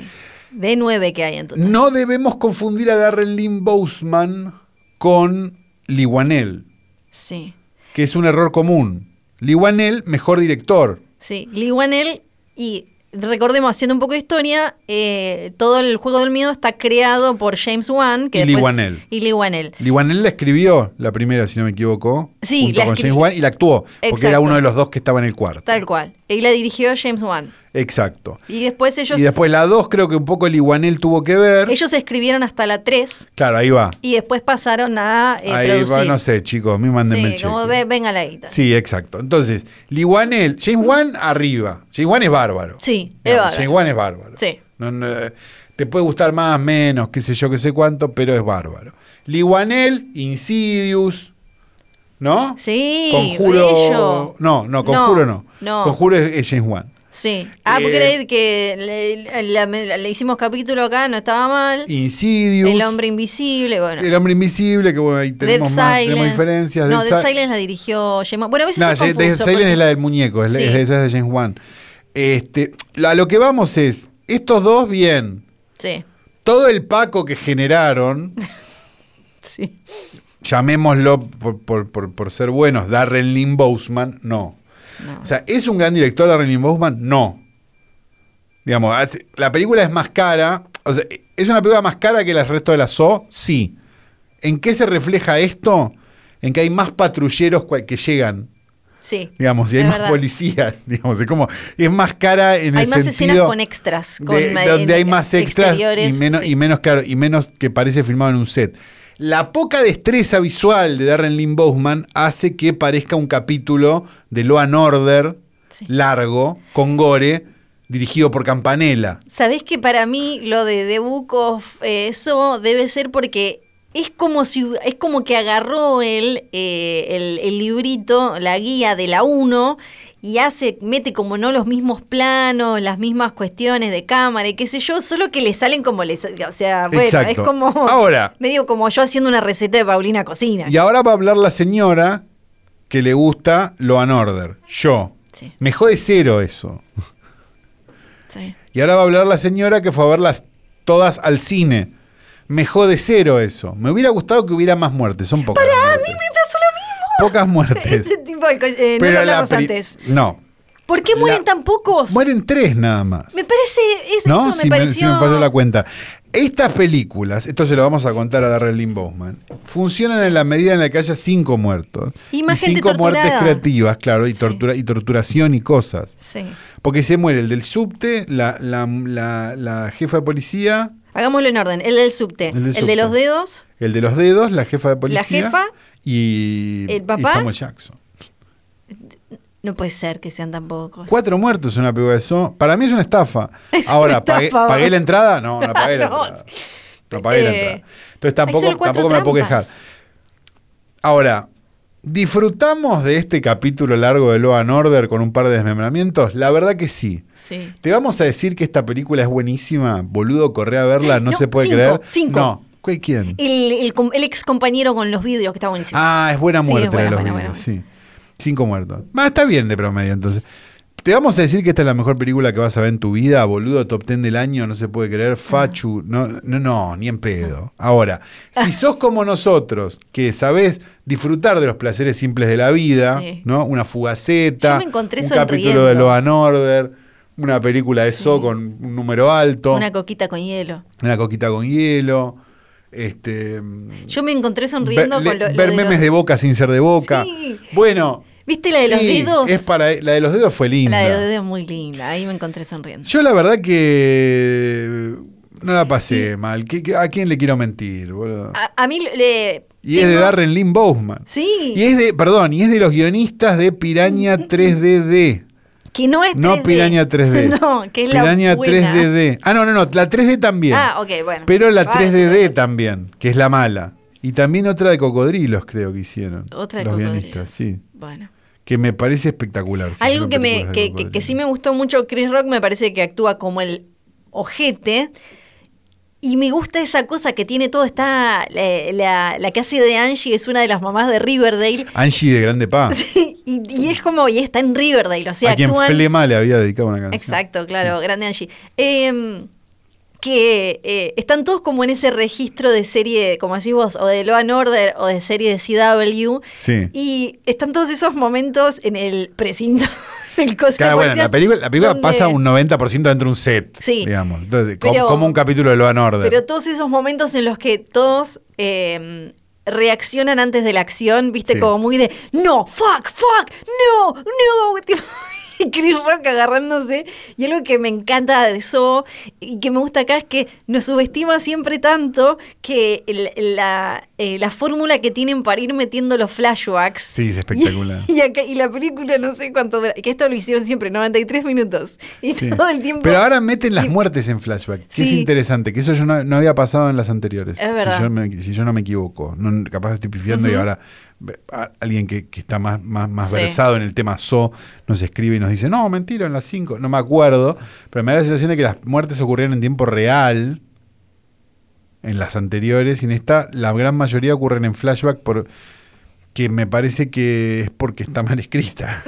C: De nueve que hay en total.
B: No debemos confundir a Darren Lynn Bousman con Liwanel,
C: Sí.
B: que es un error común. Liwanel, mejor director.
C: Sí. Lee Wanell y recordemos, haciendo un poco de historia, eh, todo el juego del miedo está creado por James Wan. Que
B: Y Lee
C: después-
B: Wanell.
C: Y Lee Wanell.
B: Liwanel la escribió la primera, si no me equivoco,
C: Sí,
B: junto
C: la
B: con
C: escribió.
B: James Wan y la actuó, porque era
C: Exacto.
B: uno de los dos que estaba en el cuarto.
C: Tal cual. Y la dirigió James Wan.
B: Exacto.
C: Y después ellos,
B: Y después la 2 creo que un poco Liwanel tuvo que ver.
C: ellos escribieron hasta la 3
B: Claro, ahí va.
C: y después pasaron a eh,
B: Ahí
C: producir.
B: va, no sé, chicos, me manden el
C: sí,
B: cheque.
C: como ve- venga la guita.
B: Sí, exacto. Entonces, Liwanel, James Wan arriba. James Wan es bárbaro.
C: Sí, es
B: Digamos,
C: bárbaro.
B: James Wan es bárbaro.
C: Sí.
B: No, no, eh, te puede gustar más, menos, qué sé yo, qué sé cuánto, pero es bárbaro. Liwanel, Insidious, ¿no?
C: Sí,
B: Conjuro.
C: bello.
B: No, no, conjuro no.
C: No, no.
B: Conjuro es, es James Wan.
C: Sí. Ah, porque
B: Eh,
C: era que le, la- me- le hicimos capítulo acá, no estaba mal.
B: Insidious.
C: El hombre invisible, bueno.
B: El hombre invisible, que bueno, ahí
C: Dead
B: tenemos más, tenemos
C: Silence.
B: diferencias.
C: No,
B: Dead
C: Dead
B: Si-
C: Silence la dirigió James Wan. Bueno, a veces
B: No,
C: se
B: Dead
C: confuso,
B: Silence
C: porque-
B: es la del muñeco, es, la-
C: Sí.
B: es de- esa es de James Wan. Este, la- lo que vamos es, estos dos bien,
C: Sí,
B: todo el paco que generaron, (laughs)
C: sí.
B: llamémoslo por, por- por- por ser buenos, Darren Lynn Bousman, no.
C: No.
B: O sea, ¿es un gran director Darren Lynn Bousman? No. Digamos, hace- la película es más cara, o sea, ¿es una película más cara que el resto de la SO? Sí. ¿En qué se refleja esto? En que hay más patrulleros cual- que llegan
C: sí.
B: digamos, y hay
C: Es
B: más
C: verdad.
B: policías, (laughs) digamos, es como, es más cara en
C: Hay
B: el
C: más escenas
B: sentido
C: con extras. Con,
B: de-
C: eh,
B: donde hay más extras y
C: exteriores,
B: menos,
C: sí.
B: y menos, claro, y menos que parece filmado en un set. La poca destreza visual de Darren Lynn Bousman hace que parezca un capítulo de Law and Order
C: Sí.
B: largo, con gore, dirigido por Campanella.
C: Sabés que para mí lo de The Book of eh, Saw debe ser porque es como si es como que agarró el, eh, el, el librito, la guía de la 1 y hace, mete como no los mismos planos, las mismas cuestiones de cámara y qué sé yo, solo que le salen como les, o sea, bueno,
B: Exacto.
C: es como
B: Ahora.
C: medio como yo haciendo una receta de Paulina Cocina.
B: Y ahora va a hablar la señora que le gusta Law and Order. Yo.
C: Sí.
B: Me jode cero eso.
C: Sí.
B: Y ahora va a hablar la señora que fue a verlas todas al cine. Me jode cero eso. Me hubiera gustado que hubiera más muertes. Son pocas. Para mí
C: Me pasó lo mismo.
B: Pocas muertes.
C: Ese tipo (laughs) de co- eh, no lo hablamos
B: pri-
C: antes.
B: No.
C: ¿Por qué mueren
B: La-
C: tan pocos?
B: Mueren tres nada más.
C: me parece, es-
B: ¿No?
C: eso
B: si,
C: me
B: me,
C: pareció.
B: si me falló la cuenta. Estas películas, esto se lo vamos a contar a Darrell Lynn Boseman, funcionan en la medida en la que haya cinco muertos.
C: Y más gente
B: cinco muertes
C: torturada.
B: creativas, claro, y,
C: Sí.
B: tortura, y torturación y cosas.
C: Sí.
B: Porque se muere el del subte, la, la- la- la jefa de policía,
C: Hagámoslo en orden. El del subte.
B: El
C: El,
B: del subte.
C: de los dedos.
B: El de los dedos, la jefa de policía.
C: La jefa,
B: y,
C: el
B: y
C: papá.
B: Samuel Jackson.
C: No puede ser que sean tan pocos.
B: Cuatro muertos en una película de eso. Para mí es una estafa.
C: (laughs) Es
B: Ahora,
C: una
B: ¿pagué,
C: estafa.
B: pagué la entrada? No,
C: (laughs)
B: no pagué la
C: No.
B: entrada. No pagué la
C: Eh,
B: entrada. Entonces
C: hay
B: tampoco,
C: solo cuatro
B: tampoco me la puedo quejar.
C: trampas.
B: Ahora, ¿disfrutamos de este capítulo largo de Law and Order con un par de desmembramientos? La verdad que sí.
C: Sí.
B: ¿Te vamos a decir que esta película es buenísima? Boludo, corre a verla, no,
C: No,
B: se puede
C: cinco,
B: creer.
C: cinco.
B: No. ¿Cu- ¿Quién?
C: El, el com- el ex compañero con los vidrios, que está buenísimo.
B: Ah, es buena
C: Sí, es
B: muerte
C: buena,
B: de los
C: buena,
B: virus,
C: buena,
B: sí. Cinco muertos. Ah, está bien de promedio, entonces. Te vamos a decir que esta es la mejor película que vas a ver en tu vida, boludo, top ten del año, no se puede
C: Ah.
B: creer, Fachu, no, no, no, ni en pedo. Ahora,
C: (laughs)
B: si sos como nosotros, que sabés disfrutar de los placeres simples de la vida,
C: Sí.
B: ¿no? Una fugaceta,
C: Yo me encontré
B: un capítulo de
C: sonriendo.
B: Law and Order, una película de So con un número alto,
C: Una
B: una,
C: coquita con hielo.
B: coquita con hielo, este...
C: Yo me encontré sonriendo
B: Ver-
C: con lo-
B: le-
C: lo
B: ver
C: de
B: memes
C: los-
B: de boca sin ser de boca.
C: Sí.
B: Bueno.
C: ¿Viste la de los
B: sí,
C: dedos?
B: Es para, la de los dedos fue linda.
C: Ah, La de los dedos muy linda. Ahí me encontré sonriendo.
B: Yo la verdad que no la pasé mal. ¿Qué- qué- ¿A quién le quiero mentir? boludo?
C: A, a mí le.
B: y es de
C: tengo-
B: Darren Lynn Bousman.
C: Sí.
B: Y es de, perdón, y es de los guionistas de Piraña
C: (laughs)
B: 3DD.
C: que no es 3D.
B: No Piraña 3D.
C: (laughs) No, que es
B: Piraña
C: la. buena.
B: 3DD. Ah, no, no, no, la 3D también.
C: Ah, ok, bueno.
B: Pero la
C: Ah,
B: 3DD
C: eso-
B: también, que es la mala. Y también otra de cocodrilos creo que hicieron.
C: Otra de
B: los
C: cocodrilo.
B: guionistas, sí.
C: Bueno.
B: Que me parece espectacular. sí,
C: Algo
B: son
C: que, me,
B: películas de
C: que, que- que
B: cocodrilo.
C: sí me gustó mucho, Chris Rock me parece que actúa como el ojete. Y me gusta esa cosa que tiene todo, está eh, la, la que hace de Angie, es una de las mamás de Riverdale. (laughs)
B: Angie de Grande Pa.
C: Sí, y, y es como, y está en Riverdale, o sea,
B: a quien
C: actúan-
B: Flema le había dedicado una canción.
C: Exacto, claro, grande Angie. Eh, que eh, están todos como en ese registro de serie, como decís vos, o de Law and Order o de serie de CW.
B: Sí.
C: Y están todos esos momentos en el precinto. (laughs) el Cosca
B: Claro, bueno, la
C: Marcial,
B: película, la película
C: donde-
B: pasa un 90% dentro de un set.
C: Sí.
B: Digamos. Entonces, co-
C: Pero-
B: como un capítulo de Loan Order.
C: Pero todos esos momentos en los que todos eh, reaccionan antes de la acción, viste,
B: Sí.
C: como muy de no, fuck, fuck, no, no. (laughs) tipo, y Chris Rock agarrándose. Y algo que me encanta de eso y que me gusta acá es que nos subestima siempre tanto que el- la, eh, la fórmula que tienen para ir metiendo los flashbacks.
B: Sí, es espectacular.
C: (laughs) Y, acá- y la película no sé cuánto dura. Que esto lo hicieron siempre, 93 minutos. Y
B: Sí.
C: todo el tiempo.
B: Pero ahora meten las
C: y-
B: muertes en flashback, que es
C: Sí.
B: interesante, que eso yo no, no había pasado en las anteriores.
C: Es verdad.
B: Si, yo me- si yo no me equivoco, no, capaz estoy pifiando y
C: Ujú.
B: ahora ve- a- alguien que, que está más, más, más
C: Sí.
B: versado en el tema SO nos escribe y nos dice, no, mentira, en las 5, no me acuerdo, pero me da la sensación de que las muertes ocurrieron en tiempo real. En las anteriores, y en esta, la gran mayoría ocurren en flashback, por, que me parece que es porque está mal escrita.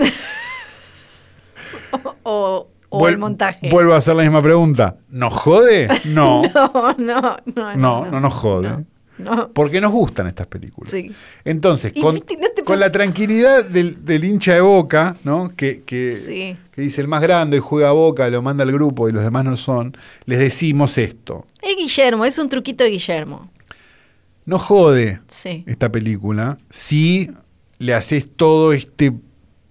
C: o, o
B: Vuel-
C: el montaje.
B: Vuelvo a hacer la misma pregunta. ¿Nos jode? No.
C: (laughs) No, no, no.
B: No, no nos jode.
C: No, no.
B: Porque nos gustan estas películas.
C: Sí.
B: Entonces,
C: Y
B: con,
C: viste, no te
B: con
C: pas-
B: la tranquilidad del, del hincha de Boca, ¿no? Que, que,
C: Sí.
B: que dice el más grande juega a Boca, lo manda al grupo y los demás no son, les decimos esto.
C: Es Guillermo, es un truquito de Guillermo.
B: No jode
C: Sí.
B: esta película si le haces todo este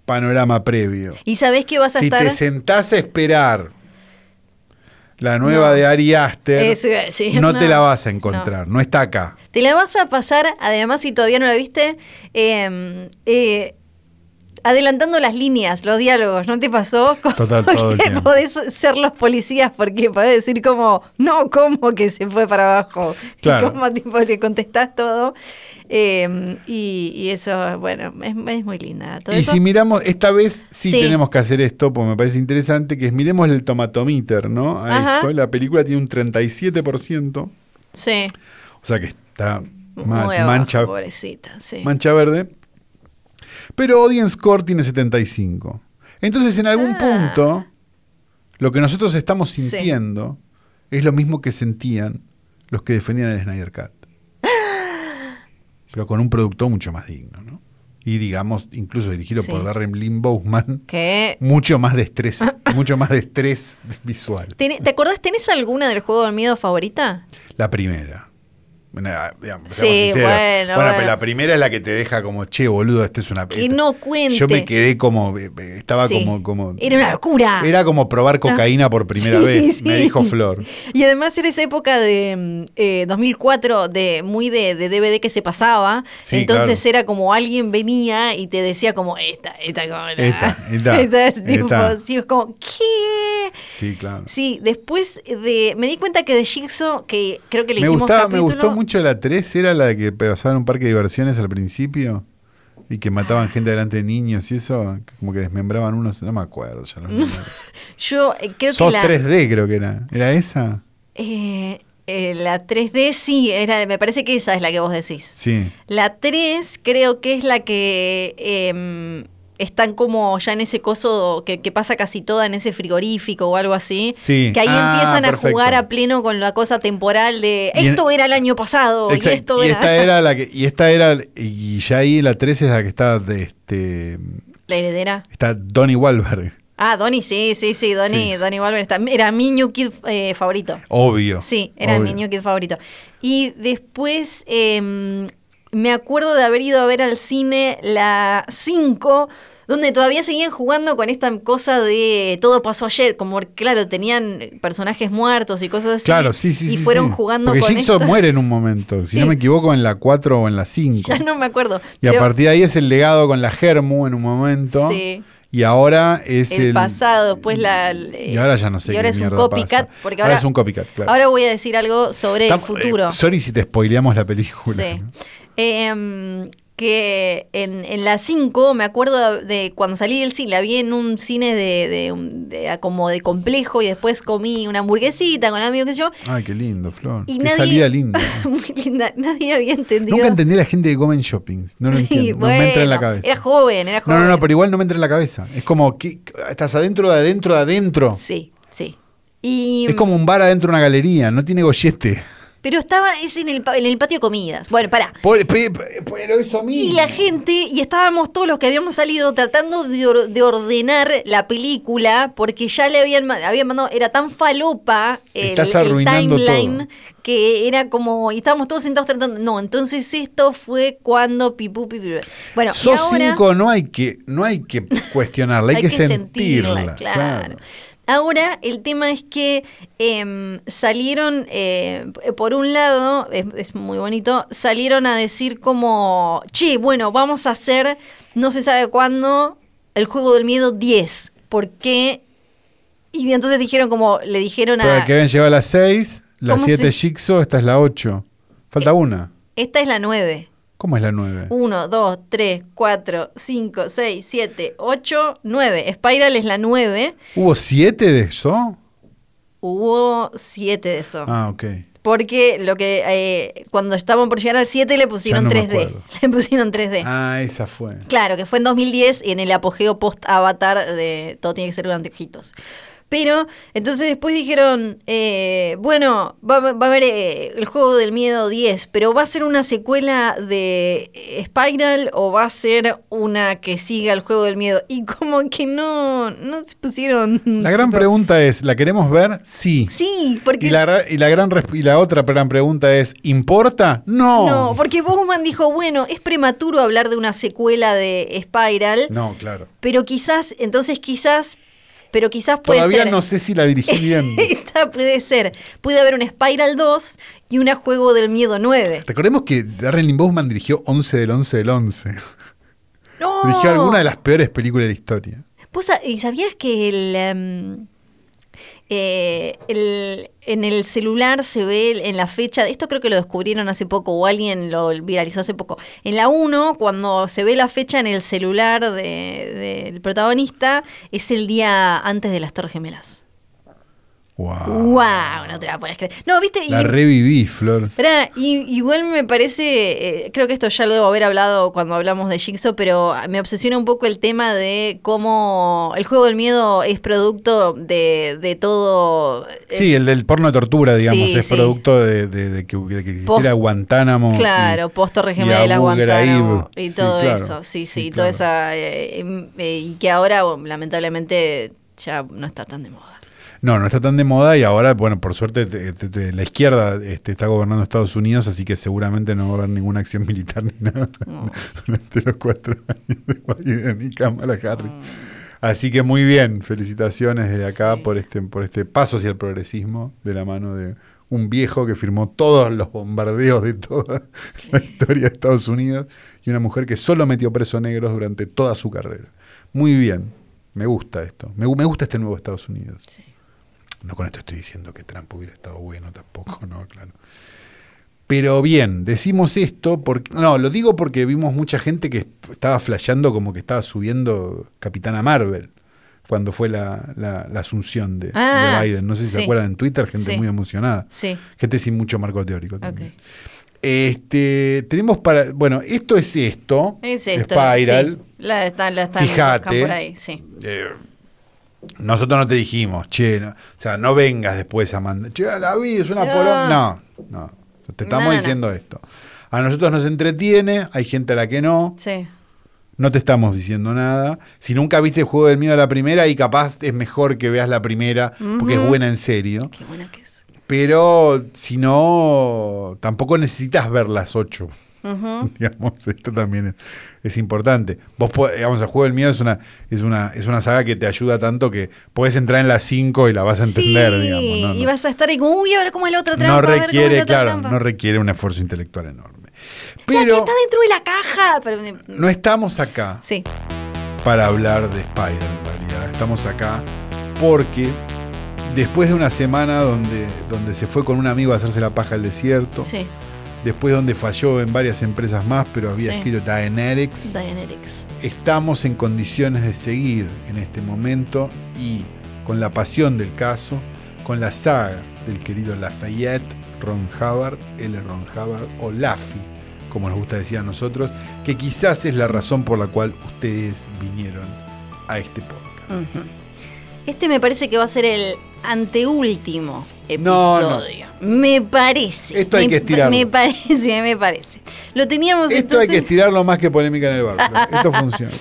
B: panorama previo.
C: Y sabés que vas a
B: Si
C: estar.
B: te sentás a esperar la nueva
C: No.
B: de Ari Aster,
C: Eso iba a decir,
B: no,
C: no.
B: te la vas a encontrar, no está acá.
C: Te la vas a pasar, además, si todavía no la viste, eh, eh, adelantando las líneas, los diálogos. ¿No te pasó? (laughs) Como
B: Total, todo el
C: que
B: tiempo.
C: podés ser los policías porque podés decir como, no, ¿cómo que se fue para abajo? (laughs)
B: Claro.
C: Y como tipo, le contestás todo. Eh, y, y eso, bueno, es, es muy linda. Todo
B: Y
C: eso-
B: si miramos, esta vez sí,
C: Sí.
B: tenemos que hacer esto, porque me parece interesante, que es miremos el tomatometer, ¿no? A
C: Ajá.
B: esto. La película tiene un 37%, o
C: sí.
B: sea que está ma-
C: Muy abajo,
B: mancha,
C: pobrecita, sí.
B: mancha verde. Pero Audience Score tiene 75. Entonces, en algún
C: Ah.
B: punto, lo que nosotros estamos
C: Sí.
B: sintiendo es lo mismo que sentían los que defendían el Snyder
C: (gasps)
B: Cut. Pero con un producto mucho más digno, ¿no? Y digamos, incluso dirigido
C: Sí.
B: por Darren Lynn Bousman,
C: Que-
B: mucho más
C: (laughs)
B: destreza, mucho más destrez visual.
C: ¿Ten- ¿Te acordás? ¿Tenés alguna del juego del miedo favorita?
B: La primera. Bueno, ah, digamos,
C: Sí,
B: seamos sinceros.
C: bueno, bueno.
B: pero la primera es la que te deja como, che, boludo, esta es una...
C: Que no cuente.
B: Yo me quedé como, eh, eh, estaba
C: Sí.
B: como, como...
C: Era una locura.
B: Era como probar cocaína por primera
C: (laughs) Sí,
B: vez, me
C: sí.
B: dijo Flor.
C: Y además era esa época de mm, eh, 2004, de muy de, de DVD que se pasaba.
B: Sí,
C: Entonces
B: claro.
C: era como alguien venía y te decía como, esta, esta como la-
B: Esta,
C: (laughs)
B: esta,
C: tipo,
B: esta.
C: sí, es como, ¿qué?
B: Sí, claro.
C: Sí, después de... Me di cuenta que de Jigsaw, que creo que le
B: Me,
C: hicimos
B: gustaba, me
C: capítulo-
B: gustó mucho la 3, era la que pasaba en un parque de diversiones al principio y que mataban gente delante de niños y eso, que como que desmembraban unos, no me acuerdo ya
C: (laughs)
B: los nombres.
C: Yo eh, creo
B: Sos
C: que la...
B: 3D creo que era. ¿Era esa?
C: Eh, eh, la 3D sí, era, me parece que esa es la que vos decís.
B: Sí.
C: La 3 creo que es la que em, están como ya en ese coso que, que pasa casi toda en ese frigorífico o algo así.
B: Sí.
C: Que ahí
B: Ah,
C: empiezan
B: perfecto.
C: a jugar a pleno con la cosa temporal de
B: Y en-
C: esto era el año pasado y
B: Exacto,
C: esto
B: y
C: era...
B: esta era la que y esta era y ya ahí la 3 es la que está de este
C: La heredera.
B: está Donnie Wahlberg,
C: Ah, Donnie, sí, sí, sí, Donnie,
B: Sí.
C: Donnie Wahlberg está- Era mi New Kid eh, favorito.
B: obvio.
C: Sí, era mi
B: obvio.
C: New Kid favorito. Y después em, me acuerdo de haber ido a ver al cine la 5, donde todavía seguían jugando con esta cosa de todo pasó ayer, como claro, tenían personajes muertos y cosas así.
B: Claro, sí, sí,
C: Y
B: sí,
C: fueron
B: sí.
C: jugando
B: Porque
C: con
B: Jigsaw
C: esto.
B: muere en un momento, si no
C: Sí.
B: me equivoco en la 4 o en la 5.
C: (laughs) Ya no me acuerdo.
B: Y a
C: pero
B: partir de ahí es el legado con la Germu en un momento.
C: Sí.
B: Y ahora es el,
C: el, pasado, después la...
B: Y ahora ya no sé
C: Y ahora
B: qué
C: es un
B: mierda
C: copycat,
B: pasa.
C: porque
B: ahora,
C: ahora,
B: es un copycat, claro.
C: ahora voy a decir algo sobre
B: Estamos-
C: el futuro.
B: eh, sorry si te spoileamos la película.
C: Sí.
B: ¿no?
C: Em, que en, en la 5, me acuerdo de cuando salí del cine, la vi en un cine de, de un- de- ah, como de complejo y después comí una hamburguesita con amigos que yo.
B: (laughs)
C: (laughs)
B: Ay, qué lindo, Flor.
C: Y
B: qué
C: nadie-
B: salida linda.
C: Muy linda, nadie había entendido.
B: Nunca
C: (laughs)
B: entendí a la gente que come en shoppings. No lo
C: Sí,
B: entiendo. no me entra en la
C: bueno,
B: cabeza.
C: Era joven, era
B: no,
C: joven.
B: no, no, pero igual no me entra en la cabeza. Es como que estás adentro de adentro de adentro.
C: Sí, sí. Y,
B: Es como un bar adentro de una galería, no tiene gollete.
C: Pero estaba es en el, pa- en el patio de comidas. Bueno, pará.
B: Por- pe- pe- pero eso mismo.
C: Y la gente, y estábamos todos los que habíamos salido tratando de, or- de ordenar la película, porque ya le habían, ma- habían mandado, era tan falopa el,
B: Estás
C: el
B: arruinando
C: timeline que era como, y estábamos todos sentados tratando, no, entonces esto fue cuando pipú, pipí. Bueno, y
B: Sos
C: ahora-
B: cinco, no hay que, no hay
C: (laughs)
B: que cuestionarla, hay, que, sentirla.
C: claro. Ahora, el tema es que em, salieron, eh, p- por un lado, es, es muy bonito, salieron a decir como, che, bueno, vamos a hacer, no se sabe cuándo, el juego del miedo 10, porque... Y entonces dijeron como, le dijeron
B: Para
C: a...
B: que habían llegado a las seis, las
C: ¿Cómo
B: siete
C: se- Eh,
B: Jigsaw, esta es la ocho. Falta una.
C: Esta es la 9.
B: ¿Cómo es la nueve?
C: 1, 2, 3, 4, 5, 6, 7, 8, 9. Spiral es la 9.
B: ¿Hubo siete de eso?
C: Hubo 7 de eso.
B: Ah, ok.
C: Porque lo que eh, cuando estaban por llegar al 7 le
B: Ya
C: pusieron
B: no me
C: 3D.
B: acuerdo.
C: (laughs) Le pusieron 3D.
B: Ah, esa fue.
C: Claro, que fue en 2010 y en el apogeo post-avatar de todo tiene que ser con anteojitos. Pero entonces después dijeron, eh, bueno, va, va a haber eh, el juego del miedo 10, pero ¿va a ser una secuela de eh, Spiral o va a ser una que siga el juego del miedo? Y como que no, no se pusieron...
B: La gran
C: tipo,
B: pregunta es, ¿la queremos ver? Sí.
C: Mm, Sí, porque...
B: Y la, ra- y la gran resp- y la otra gran pregunta es, ¿importa?
C: No,
B: No.
C: porque Bowman dijo, bueno, es prematuro hablar de una secuela de Spiral,
B: No, claro.
C: pero quizás, entonces quizás, pero quizás puede
B: Todavía
C: ser.
B: no sé si la dirigí bien.
C: (laughs) Esta puede ser. Puede haber un Spiral 2 y una Juego del Miedo 9.
B: Recordemos que Darren Lynn Bousman dirigió 11 del 11 del 11.
C: ¡No!
B: Dirigió alguna de las peores películas de la historia.
C: ¿Vos sa- y sabías que el, em, eh, el- en el celular se ve el- en la fecha, esto creo que lo descubrieron hace poco o alguien lo viralizó hace poco, en la 1 cuando se ve la fecha en el celular de- del protagonista es el día antes de las Torres Gemelas.
B: Wow.
C: ¡Wow! No te la podés creer. No, viste, Y-
B: Ah. La reviví, Flor.
C: Pará, y- igual me parece, eh, creo que esto ya lo debo haber hablado cuando hablamos de Jigsaw, pero me obsesiona un poco el tema de cómo el juego del miedo es producto de, de todo. eh,
B: Sí, el del porno de tortura, digamos,
C: sí,
B: es
C: sí.
B: producto de, de- de que, de que
C: Post-
B: existiera Guantánamo. y-
C: Claro, post Torre Gemela de la
B: Abu
C: Guantánamo
B: Ghraib.
C: y
B: Sí,
C: todo
B: claro.
C: eso, sí, sí,
B: Sí, claro.
C: toda esa. eh, em, eh, y que ahora, bueno, lamentablemente, ya no está tan de moda.
B: No, no está tan de moda y ahora, bueno, por suerte te- te- te- la izquierda este, está gobernando Estados Unidos, así que seguramente no va a haber ninguna acción (laughs) militar ni nada
C: No.
B: durante los cuatro años de Biden y Kamala Harris. Así que muy bien, felicitaciones desde acá
C: Sí.
B: por, este, por este paso hacia el progresismo de la mano de un viejo que firmó todos los bombardeos de toda (laughs) la historia de Estados Unidos y una mujer que solo metió preso negros durante toda su carrera. Muy bien, me gusta esto, me, gu- me gusta este nuevo Estados Unidos. No con esto estoy diciendo que Trump hubiera estado bueno tampoco, no, claro. Pero bien, decimos esto porque. No, lo digo porque vimos mucha gente que estaba flasheando como que estaba subiendo Capitana Marvel cuando fue la, la- la asunción de, de
C: Ah,
B: Biden. No sé si se
C: sí.
B: acuerdan en Twitter, gente
C: Sí.
B: muy emocionada.
C: Sí,
B: Gente sin mucho marco teórico también.
C: ok.
B: Este, tenemos para. Bueno, esto es esto.
C: Es esto.
B: Spiral.
C: sí. La, están- la están
B: Fíjate.
C: buscando por ahí, sí.
B: Eh, nosotros no te dijimos, che, no- o sea, no vengas después a mandar, che, la vi, es una
C: No.
B: poronga. No, no, te estamos
C: No, no,
B: diciendo esto. A nosotros nos entretiene, hay gente a la que no,
C: Sí.
B: no te estamos diciendo nada. Si nunca viste el juego del miedo a la primera, y capaz es mejor que veas la primera, porque es
C: Ujú.
B: buena en serio.
C: Qué buena que es.
B: Pero si no, tampoco necesitas ver las ocho
C: Ujú.
B: (laughs) digamos, esto también es, es importante. Vos po- digamos, el juego del miedo es una, es una, es una saga que te ayuda tanto que podés entrar en las 5 y la vas a entender,
C: sí,
B: digamos. No,
C: Y
B: No-
C: vas a estar ahí como, uy, a ver cómo es la otra
B: no
C: trampa. a ver cómo es la
B: requiere,
C: otra
B: claro,
C: trampa".
B: no requiere un esfuerzo intelectual enorme.
C: La que
B: Pero
C: está dentro de la caja. Pero,
B: no estamos acá
C: Sí,
B: para hablar de Spider en realidad. Estamos acá porque después de una semana donde, donde se fue con un amigo a hacerse la paja al desierto,
C: sí,
B: después donde falló en varias empresas más, pero había
C: Sí.
B: escrito Dianetics.
C: Dianetics.
B: estamos en condiciones de seguir en este momento y con la pasión del caso, con la saga del querido Lafayette, Ron Hubbard, L. Ron Hubbard o Laffy, como nos gusta decir a nosotros, que quizás es la razón por la cual ustedes vinieron a este podcast.
C: Este me parece que va a ser el anteúltimo
B: No, no.
C: episodio. Me parece.
B: Esto hay
C: me,
B: que estirarlo.
C: Me parece, (laughs) me parece. Lo teníamos
B: Esto hay
C: entonces.
B: que estirarlo más que polémica en el barco. Esto
C: (laughs)
B: funciona.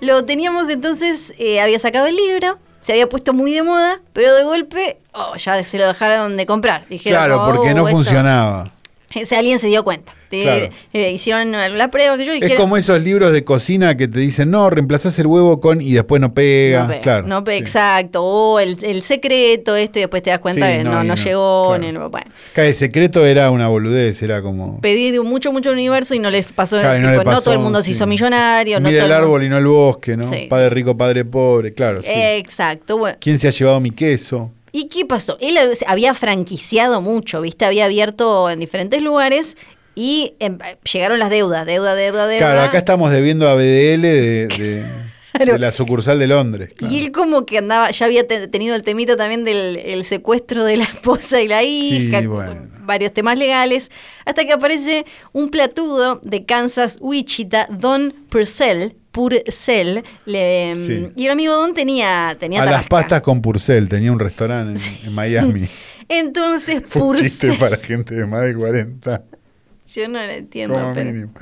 C: Lo teníamos entonces, eh, había sacado el libro, se había puesto muy de moda, pero de golpe, oh, ya se lo dejaron de comprar. Dijeron,
B: Claro,
C: oh,
B: porque no
C: esto-
B: funcionaba.
C: (laughs) O sea, alguien se dio cuenta. Te-
B: Claro.
C: eh, hicieron la prueba que yo y
B: Es como esos libros de cocina que te dicen, no, reemplazás el huevo con y después no pega.
C: no pega,
B: claro.
C: no pega,
B: sí.
C: exacto, o el, el secreto, esto, y después te das cuenta
B: Sí,
C: que
B: no,
C: no, no,
B: y no,
C: llegó,
B: claro.
C: ni- no- bueno.
B: Claro, el secreto era una boludez, era como.
C: pedí de mucho, mucho universo y no les pasó,
B: Claro, y
C: tipo, no,
B: le pasó,
C: todo el mundo
B: sí.
C: se hizo millonario, no
B: Mira
C: todo
B: el
C: el mundo-
B: árbol y no el bosque, ¿no?
C: Sí. Eh,
B: Padre rico, padre pobre, claro. sí.
C: Exacto, bueno.
B: ¿Quién se ha llevado mi queso?
C: ¿Y qué pasó? Él hab- se había franquiciado mucho, ¿viste? Había abierto en diferentes lugares y em, llegaron las deudas, deuda, deuda, deuda.
B: Claro, acá estamos debiendo a BDL de, de-
C: (laughs) Claro.
B: de la sucursal de Londres. claro.
C: Y él como que andaba, ya había te- tenido el temita también del el secuestro de la (laughs) esposa y la hija, con-
B: bueno.
C: varios temas legales, hasta que aparece un platudo de Kansas, Wichita, Don Purcell, Purcell, le- em,
B: Sí.
C: y el amigo Don tenía... tenía
B: a las
C: tarasca.
B: pastas con Purcell, tenía un restaurante en, en
C: (laughs)
B: Miami.
C: Entonces
B: (laughs) Fue un chiste
C: Purcell...
B: para gente de más de 40,
C: (laughs) Yo no lo entiendo,
B: como
C: pero... (laughs)
B: mínimo.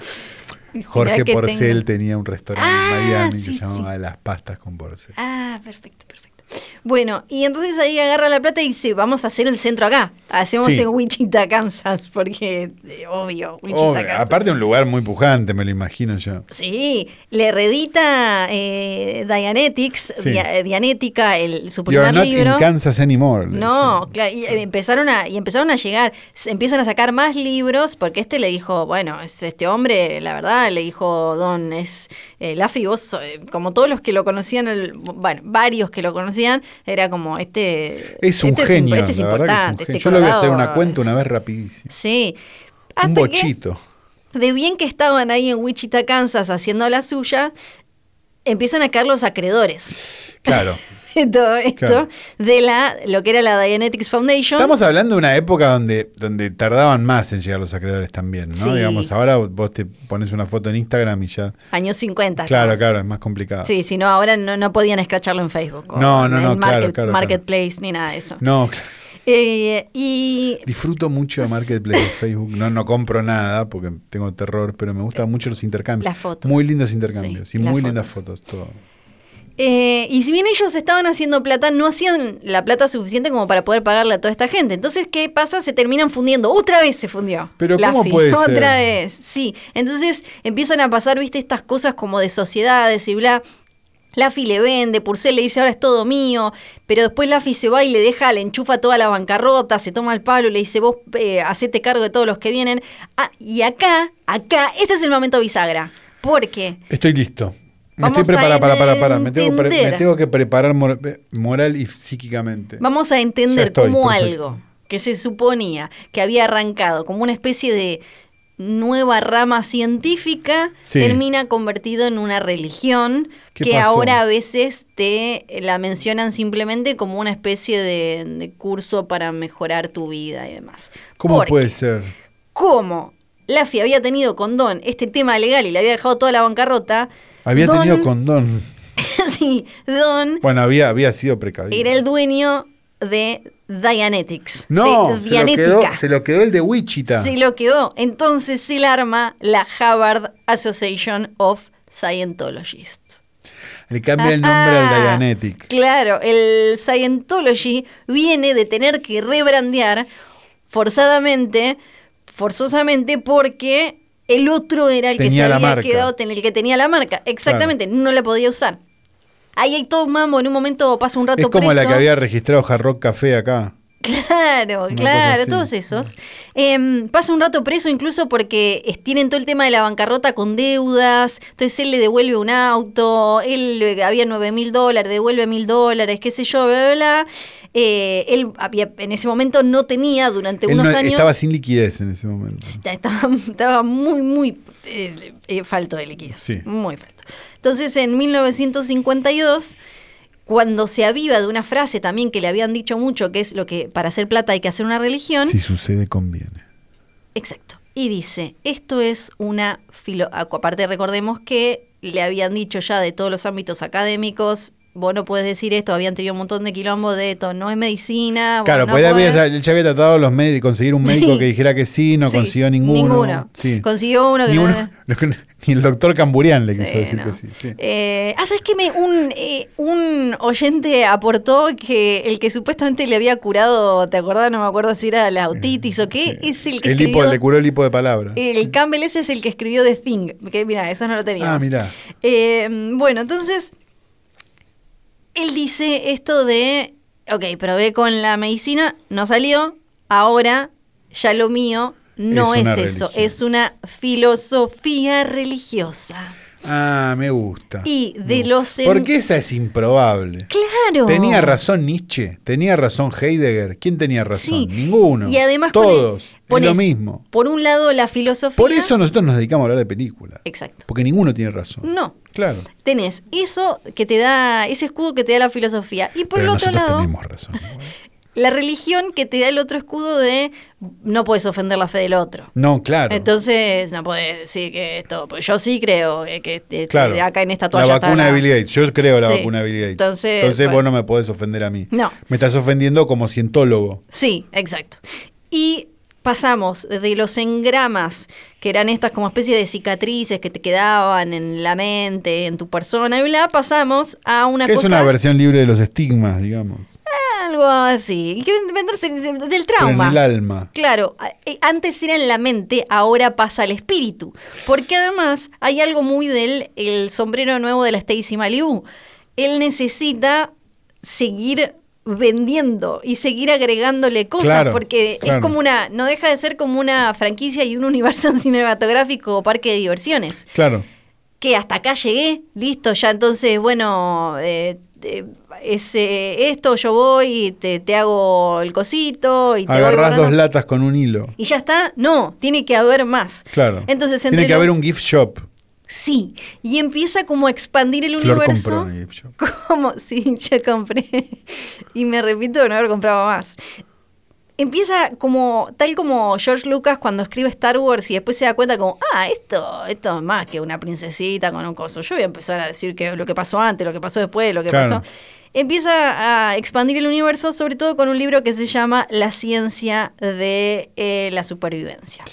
C: mirá
B: Jorge
C: que
B: Porcel
C: tengo.
B: tenía un restaurante
C: Ah,
B: en Miami que
C: sí,
B: se llamaba Las Pastas con Porcel.
C: Ah, perfecto, perfecto. Bueno, y entonces ahí agarra la plata y dice, vamos a hacer el centro acá. Hacemos
B: Sí.
C: en Wichita, Kansas, (laughs) porque eh, obvio, Wichita,
B: Oh,
C: Kansas.
B: aparte un lugar muy pujante, me lo imagino yo.
C: Sí, le redita eh, Dianetics,
B: Sí.
C: Dia- Dianética, el, su
B: You're
C: primer
B: not
C: libro.
B: in Kansas anymore. le
C: No,
B: dijeron.
C: claro, y eh, empezaron a, y empezaron a llegar, se empiezan a sacar más libros, porque este le dijo, bueno, es este hombre, la verdad, le dijo Don, es eh, Laffy, vos, so- eh, como todos los que lo conocían, el- bueno, varios que lo conocían, era como este.
B: Es un
C: este imp-
B: genio,
C: este es
B: la verdad que es un
C: importante.
B: genio.
C: este
B: Yo le voy a hacer
C: Colorado
B: una cuenta
C: es-
B: una vez rapidísimo.
C: Sí.
B: un
C: Hasta que-
B: bochito.
C: de bien que estaban ahí en Wichita, Kansas, haciendo la suya, empiezan a caer los acreedores. (laughs)
B: (laughs) Claro.
C: de Todo esto
B: Claro.
C: de la lo que era la Dianetics Foundation.
B: Estamos hablando de una época donde, donde tardaban más en llegar los acreedores también, ¿no?
C: Sí.
B: Digamos, ahora vos te pones una foto en Instagram y ya.
C: Años 50.
B: Claro,
C: estamos.
B: claro, es más complicado.
C: Sí, si no, ahora no, no podían escracharlo en Facebook. o
B: No, no,
C: en
B: no,
C: el
B: claro, claro, claro.
C: Marketplace ni nada de eso.
B: No, (laughs) claro.
C: Eh, y
B: Disfruto mucho de Marketplace de Facebook. No, no compro nada porque tengo terror, pero me gustan mucho los intercambios.
C: Las fotos.
B: Muy lindos intercambios
C: Sí,
B: y
C: las
B: muy
C: fotos.
B: lindas fotos. Todo.
C: Eh, y si bien ellos estaban haciendo plata, no hacían la plata suficiente como para poder pagarle a toda esta gente. Entonces, ¿qué pasa? Se terminan fundiendo. Otra vez se fundió.
B: Pero
C: la
B: ¿cómo
C: FI.
B: puede ser?
C: Otra vez, sí. Entonces empiezan a pasar, viste, estas cosas como de sociedades y bla. Laffy le vende, Purcell le dice ahora es todo mío, pero después Laffy se va y le deja, le enchufa toda la bancarrota, se toma el palo y le dice vos eh, hacete cargo de todos los que vienen. Ah, y acá, acá, este es el momento bisagra, porque
B: Estoy listo. Me
C: Vamos
B: estoy
C: a
B: preparado para, para, para. Me tengo, que pre-
C: entender.
B: me tengo que preparar mor- eh, moral y psíquicamente.
C: Vamos a entender
B: Ya estoy,
C: cómo
B: perfecto.
C: algo que se suponía que había arrancado como una especie de nueva rama científica
B: Sí.
C: termina convertido en una religión
B: ¿Qué
C: que
B: pasó?
C: ahora a veces te la mencionan simplemente como una especie de, de curso para mejorar tu vida y demás.
B: ¿Cómo
C: Porque
B: puede ser?
C: Como Laffy había tenido con Don este tema legal y le había dejado toda la bancarrota.
B: Había
C: Don-
B: tenido condón.
C: (laughs) sí, Don
B: Bueno, había, había sido precavido.
C: era el dueño de Dianetics.
B: no,
C: de
B: se lo, quedó,
C: Dianética.
B: se lo quedó el de Wichita.
C: Se lo quedó. Entonces él arma la Harvard Association of Scientologists.
B: Le cambia el nombre
C: Ajá.
B: al Dianetic.
C: Claro, el Scientology viene de tener que rebrandear forzadamente, forzosamente, porque el otro era el
B: Tenía
C: que se
B: la
C: había
B: marca.
C: quedado, ten- el que tenía la marca. Exactamente, no la podía usar. Ahí hay todo un mambo, en un momento pasa un rato
B: Es como la
C: preso.
B: que había registrado Hard Rock Café acá.
C: Claro,
B: Una cosa
C: claro,
B: así.
C: todos esos. Em, pasa un rato preso incluso porque es- tienen todo el tema de la bancarrota con deudas, entonces él le devuelve un auto, él le- había 9 mil dólares, devuelve mil dólares, qué sé yo, bla, bla, bla. Eh, él había- en ese momento no tenía durante
B: Él
C: unos
B: no-
C: años...
B: Estaba sin liquidez en ese momento.
C: Está- Estaba, estaba muy, muy eh, eh, falto de líquidos.
B: Sí.
C: Muy falto. Entonces, en 1952, cuando se aviva de una frase también que le habían dicho mucho, que es lo que para hacer plata hay que hacer una religión.
B: Si sucede, conviene.
C: Ah, Exacto. Y dice, esto es una filo... Aparte recordemos que le habían dicho ya de todos los ámbitos académicos, vos no puedes decir esto, habían tenido un montón de quilombo de esto, no es medicina. vos
B: Claro,
C: no
B: pues él había-
C: podés.
B: él ya había tratado los médicos, conseguir un médico
C: Sí.
B: que dijera que sí, no
C: Sí,
B: consiguió ninguno.
C: ninguno.
B: Sí.
C: Consiguió uno que
B: ni,
C: no-
B: uno- lo que- ni el doctor Camburián le quiso
C: Sí,
B: decir
C: no.
B: que sí. sí.
C: Eh, ah, ¿sabes qué? Me, un, eh, un oyente aportó que el que supuestamente le había curado, ¿te acordás? No me acuerdo si era la autitis o qué,
B: Eh, Sí.
C: es el que
B: hipo,
C: escribió...
B: le curó el hipo de palabra.
C: el Campbell ese es el que escribió The Thing. Que, mira, eso no lo teníamos.
B: ah, mirá.
C: Eh, bueno, entonces, él dice esto de, ok, probé con la medicina, no salió, ahora ya lo mío no
B: Es
C: es,
B: una
C: eso,
B: religión.
C: es una filosofía religiosa.
B: Ah, me gusta.
C: Y
B: Me
C: de
B: gusta.
C: los en-
B: Porque esa es improbable.
C: Claro.
B: Tenía razón Nietzsche, tenía razón Heidegger. ¿Quién tenía razón?
C: Sí.
B: Ninguno.
C: Y además con el-
B: todos. Es
C: pones,
B: lo mismo.
C: Por un lado, la filosofía.
B: Por eso nosotros nos dedicamos a hablar de películas.
C: Exacto.
B: Porque ninguno tiene razón.
C: No.
B: Claro.
C: Tenés eso que te da, ese escudo que te da la filosofía. Y por
B: Pero
C: el otro
B: nosotros
C: lado,
B: tenemos razón. igual.
C: la religión que te da el otro escudo de no puedes ofender la fe del otro.
B: No, claro.
C: Entonces, no podés decir que esto. Pues yo sí creo eh, que este,
B: claro.
C: de acá en esta toalla.
B: La
C: está
B: vacuna
C: la-
B: de Bill Gates. Yo creo la
C: Sí.
B: vacuna de Bill Gates.
C: Entonces,
B: vos
C: bueno.
B: no me podés ofender a mí.
C: No.
B: Me estás ofendiendo como cientólogo.
C: Sí, exacto. Y pasamos de los engramas, que eran estas como especie de cicatrices que te quedaban en la mente, en tu persona y bla, pasamos a una
B: que
C: cosa
B: es una versión libre de los estigmas, digamos.
C: algo así, que vendrse del
B: Pero
C: trauma.
B: en el alma.
C: Claro, a- eh, antes era en la mente, ahora pasa al espíritu. Porque además hay algo muy del el sombrero nuevo de la Stacy Malibu. Él necesita seguir vendiendo y seguir agregándole cosas
B: Claro,
C: porque
B: claro.
C: es como una no deja de ser como una franquicia y un universo (laughs) cinematográfico o parque de diversiones
B: Claro.
C: que hasta acá llegué listo ya entonces bueno eh, eh, es, eh, esto yo voy y te, te hago el cosito y te voy
B: Agarrás
C: borrando-
B: dos latas con un hilo.
C: y ya está. No, tiene que haber más.
B: Claro.
C: Entonces, entre
B: Tiene que
C: los-
B: haber un gift shop.
C: Sí, y empieza como a expandir el
B: Flor compró
C: universo.
B: un gift shop.
C: Como, (laughs) sí, yo compré. y me repito de no haber comprado más. Empieza como, tal como George Lucas cuando escribe Star Wars y después se da cuenta como, ah, esto, esto es más que una princesita con un coso. Yo voy a empezar a decir que lo que pasó antes, lo que pasó después, lo que
B: Claro.
C: pasó. Empieza a expandir el universo, sobre todo con un libro que se llama La ciencia de eh, la supervivencia.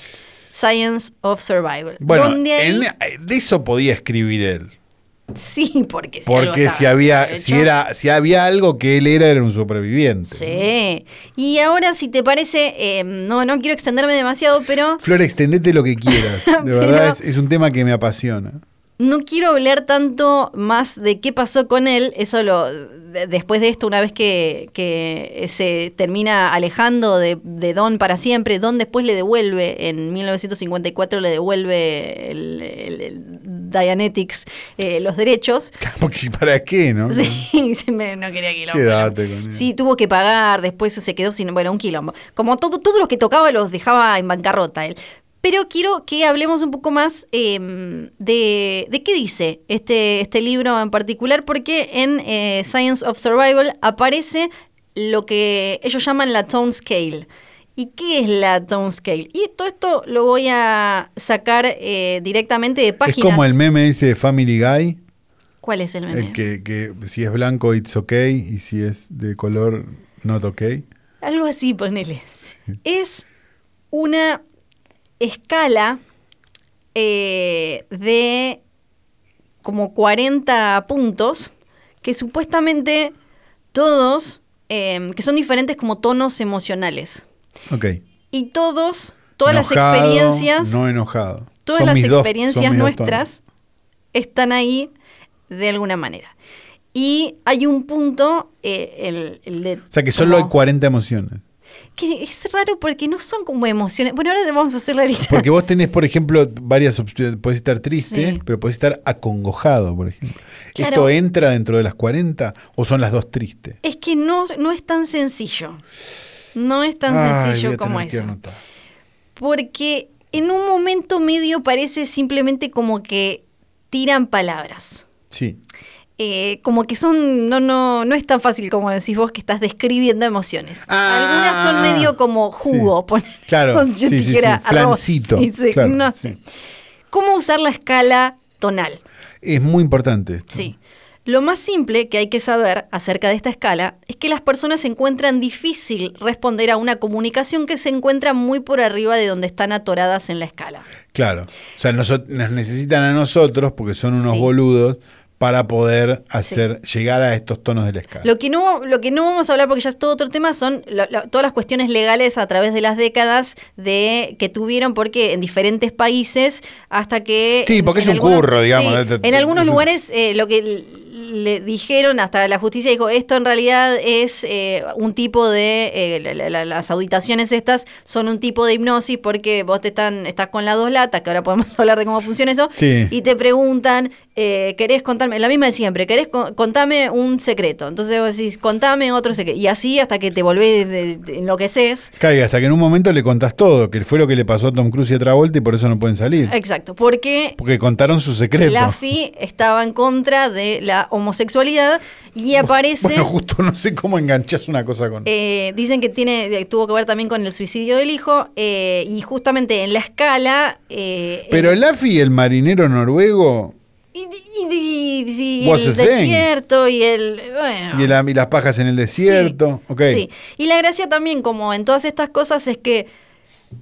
C: Science of Survival.
B: Bueno,
C: Donde ahí-
B: en- de eso podía escribir él.
C: sí, porque si algo
B: Porque
C: estaba
B: si había,
C: hecho.
B: si era, si había algo que él era, era un superviviente.
C: Sí. Y ahora, si te parece, eh, no, no quiero extenderme demasiado, pero
B: Flor, extendete lo que
C: (laughs)
B: quieras. De
C: Pero-
B: verdad, es, es un tema que me apasiona.
C: no quiero hablar tanto más de qué pasó con él. Eso lo. de- después de esto, una vez que, que se termina alejando de, de Don para siempre, Don después le devuelve, en 1954 le devuelve el, el- el Dianetics eh, los derechos.
B: (laughs) Porque, ¿Para qué, no?
C: (laughs) Sí, se me- no quería quilombo.
B: Quédate con él.
C: Sí, tuvo que pagar, después se quedó sin, bueno, un quilombo. Como todo, todos los que tocaba los dejaba en bancarrota él. Pero quiero que hablemos un poco más eh, de, de qué dice este, este libro en particular, porque en eh, Science of Survival aparece lo que ellos llaman la tone scale. ¿Y qué es la tone scale? Y todo esto lo voy a sacar eh, directamente de
B: Es
C: páginas.
B: como el meme ese de Family Guy,
C: ¿Cuál es el meme?
B: el que, que si es blanco, it's okay, y si es de color, not okay.
C: Algo así, ponele. Es una escala eh, de como 40 puntos que supuestamente todos, eh, que son diferentes como tonos emocionales.
B: Ok.
C: Y todos, todas
B: Enojado,
C: las experiencias,
B: No enojado.
C: todas
B: Son
C: las
B: mis dos- son
C: experiencias
B: mis dos tonos.
C: nuestras están ahí de alguna manera. Y hay un punto, eh, el, el de...
B: O sea que solo hay
C: como-
B: 40 emociones.
C: que es raro porque no son como emociones. Bueno, ahora vamos a hacer la lista.
B: Porque vos tenés, por ejemplo, varias opciones. Podés estar triste,
C: Sí.
B: pero podés estar acongojado, por ejemplo.
C: Claro.
B: ¿Esto entra dentro de las 40 o son las dos tristes?
C: (laughs) Es que no, no es tan sencillo. No es tan
B: Ay, voy
C: sencillo
B: a
C: como
B: tener que
C: eso.
B: anotar.
C: Porque en un momento medio parece simplemente como que tiran palabras.
B: Sí.
C: Eh, como que son, no, no, no es tan fácil como decís vos que estás describiendo emociones.
B: Ah.
C: Algunas son medio como jugo, (laughs)
B: Sí.
C: poner-
B: Claro,
C: con-
B: sí,
C: yo
B: sí,
C: dijera
B: sí,
C: arroz, (laughs)
B: flancito,
C: y se-
B: claro,
C: no
B: sí.
C: sé. ¿Cómo usar la escala tonal?
B: Es muy importante esto.
C: Sí. Lo más simple que hay que saber acerca de esta escala es que las personas encuentran difícil responder a una comunicación que se encuentra muy por arriba de donde están atoradas en la escala.
B: Claro. O sea, noso- nos necesitan a nosotros porque son unos
C: Sí.
B: boludos para poder hacer llegar a estos tonos de la escala.
C: Lo que no, lo que no vamos a hablar, porque ya es todo otro tema, son lo- lo- todas las cuestiones legales a través de las décadas de que tuvieron, porque en diferentes países, hasta que...
B: Sí,
C: en-
B: porque es un
C: en
B: curro, digamos, ¿no? Te- te-
C: en algunos
B: es un-
C: lugares eh, lo que l- le dijeron, hasta la justicia dijo, esto en realidad es eh, un tipo de... eh, la- la- la- las auditaciones estas son un tipo de hipnosis porque vos te están, estás con las dos latas, que ahora podemos (laughs) hablar de cómo funciona eso,
B: Sí.
C: y te preguntan, eh, ¿querés contarme? La misma de siempre, ¿querés co- contame un secreto? Entonces vos decís, contame otro secreto. Y así hasta que te volvés, de- de- enloqueces.
B: Caiga, hasta que en un momento le contás todo, que fue lo que le pasó a Tom Cruise y a Travolta y por eso no pueden salir.
C: Exacto, porque
B: Porque contaron su secreto.
C: la FI estaba en contra de la homosexualidad y aparece...
B: Bueno, justo no sé cómo enganchás una cosa con.
C: Eh, dicen que tiene, tuvo que ver también con el suicidio del hijo eh, y justamente en la escala... eh,
B: Pero
C: en-
B: el AFI, el marinero noruego
C: y, y- y- y
B: What's
C: el
B: the thing?
C: desierto y el... Bueno.
B: y, el- y las pajas en el desierto.
C: Sí,
B: ok.
C: sí. Y la gracia también, como en todas estas cosas, es que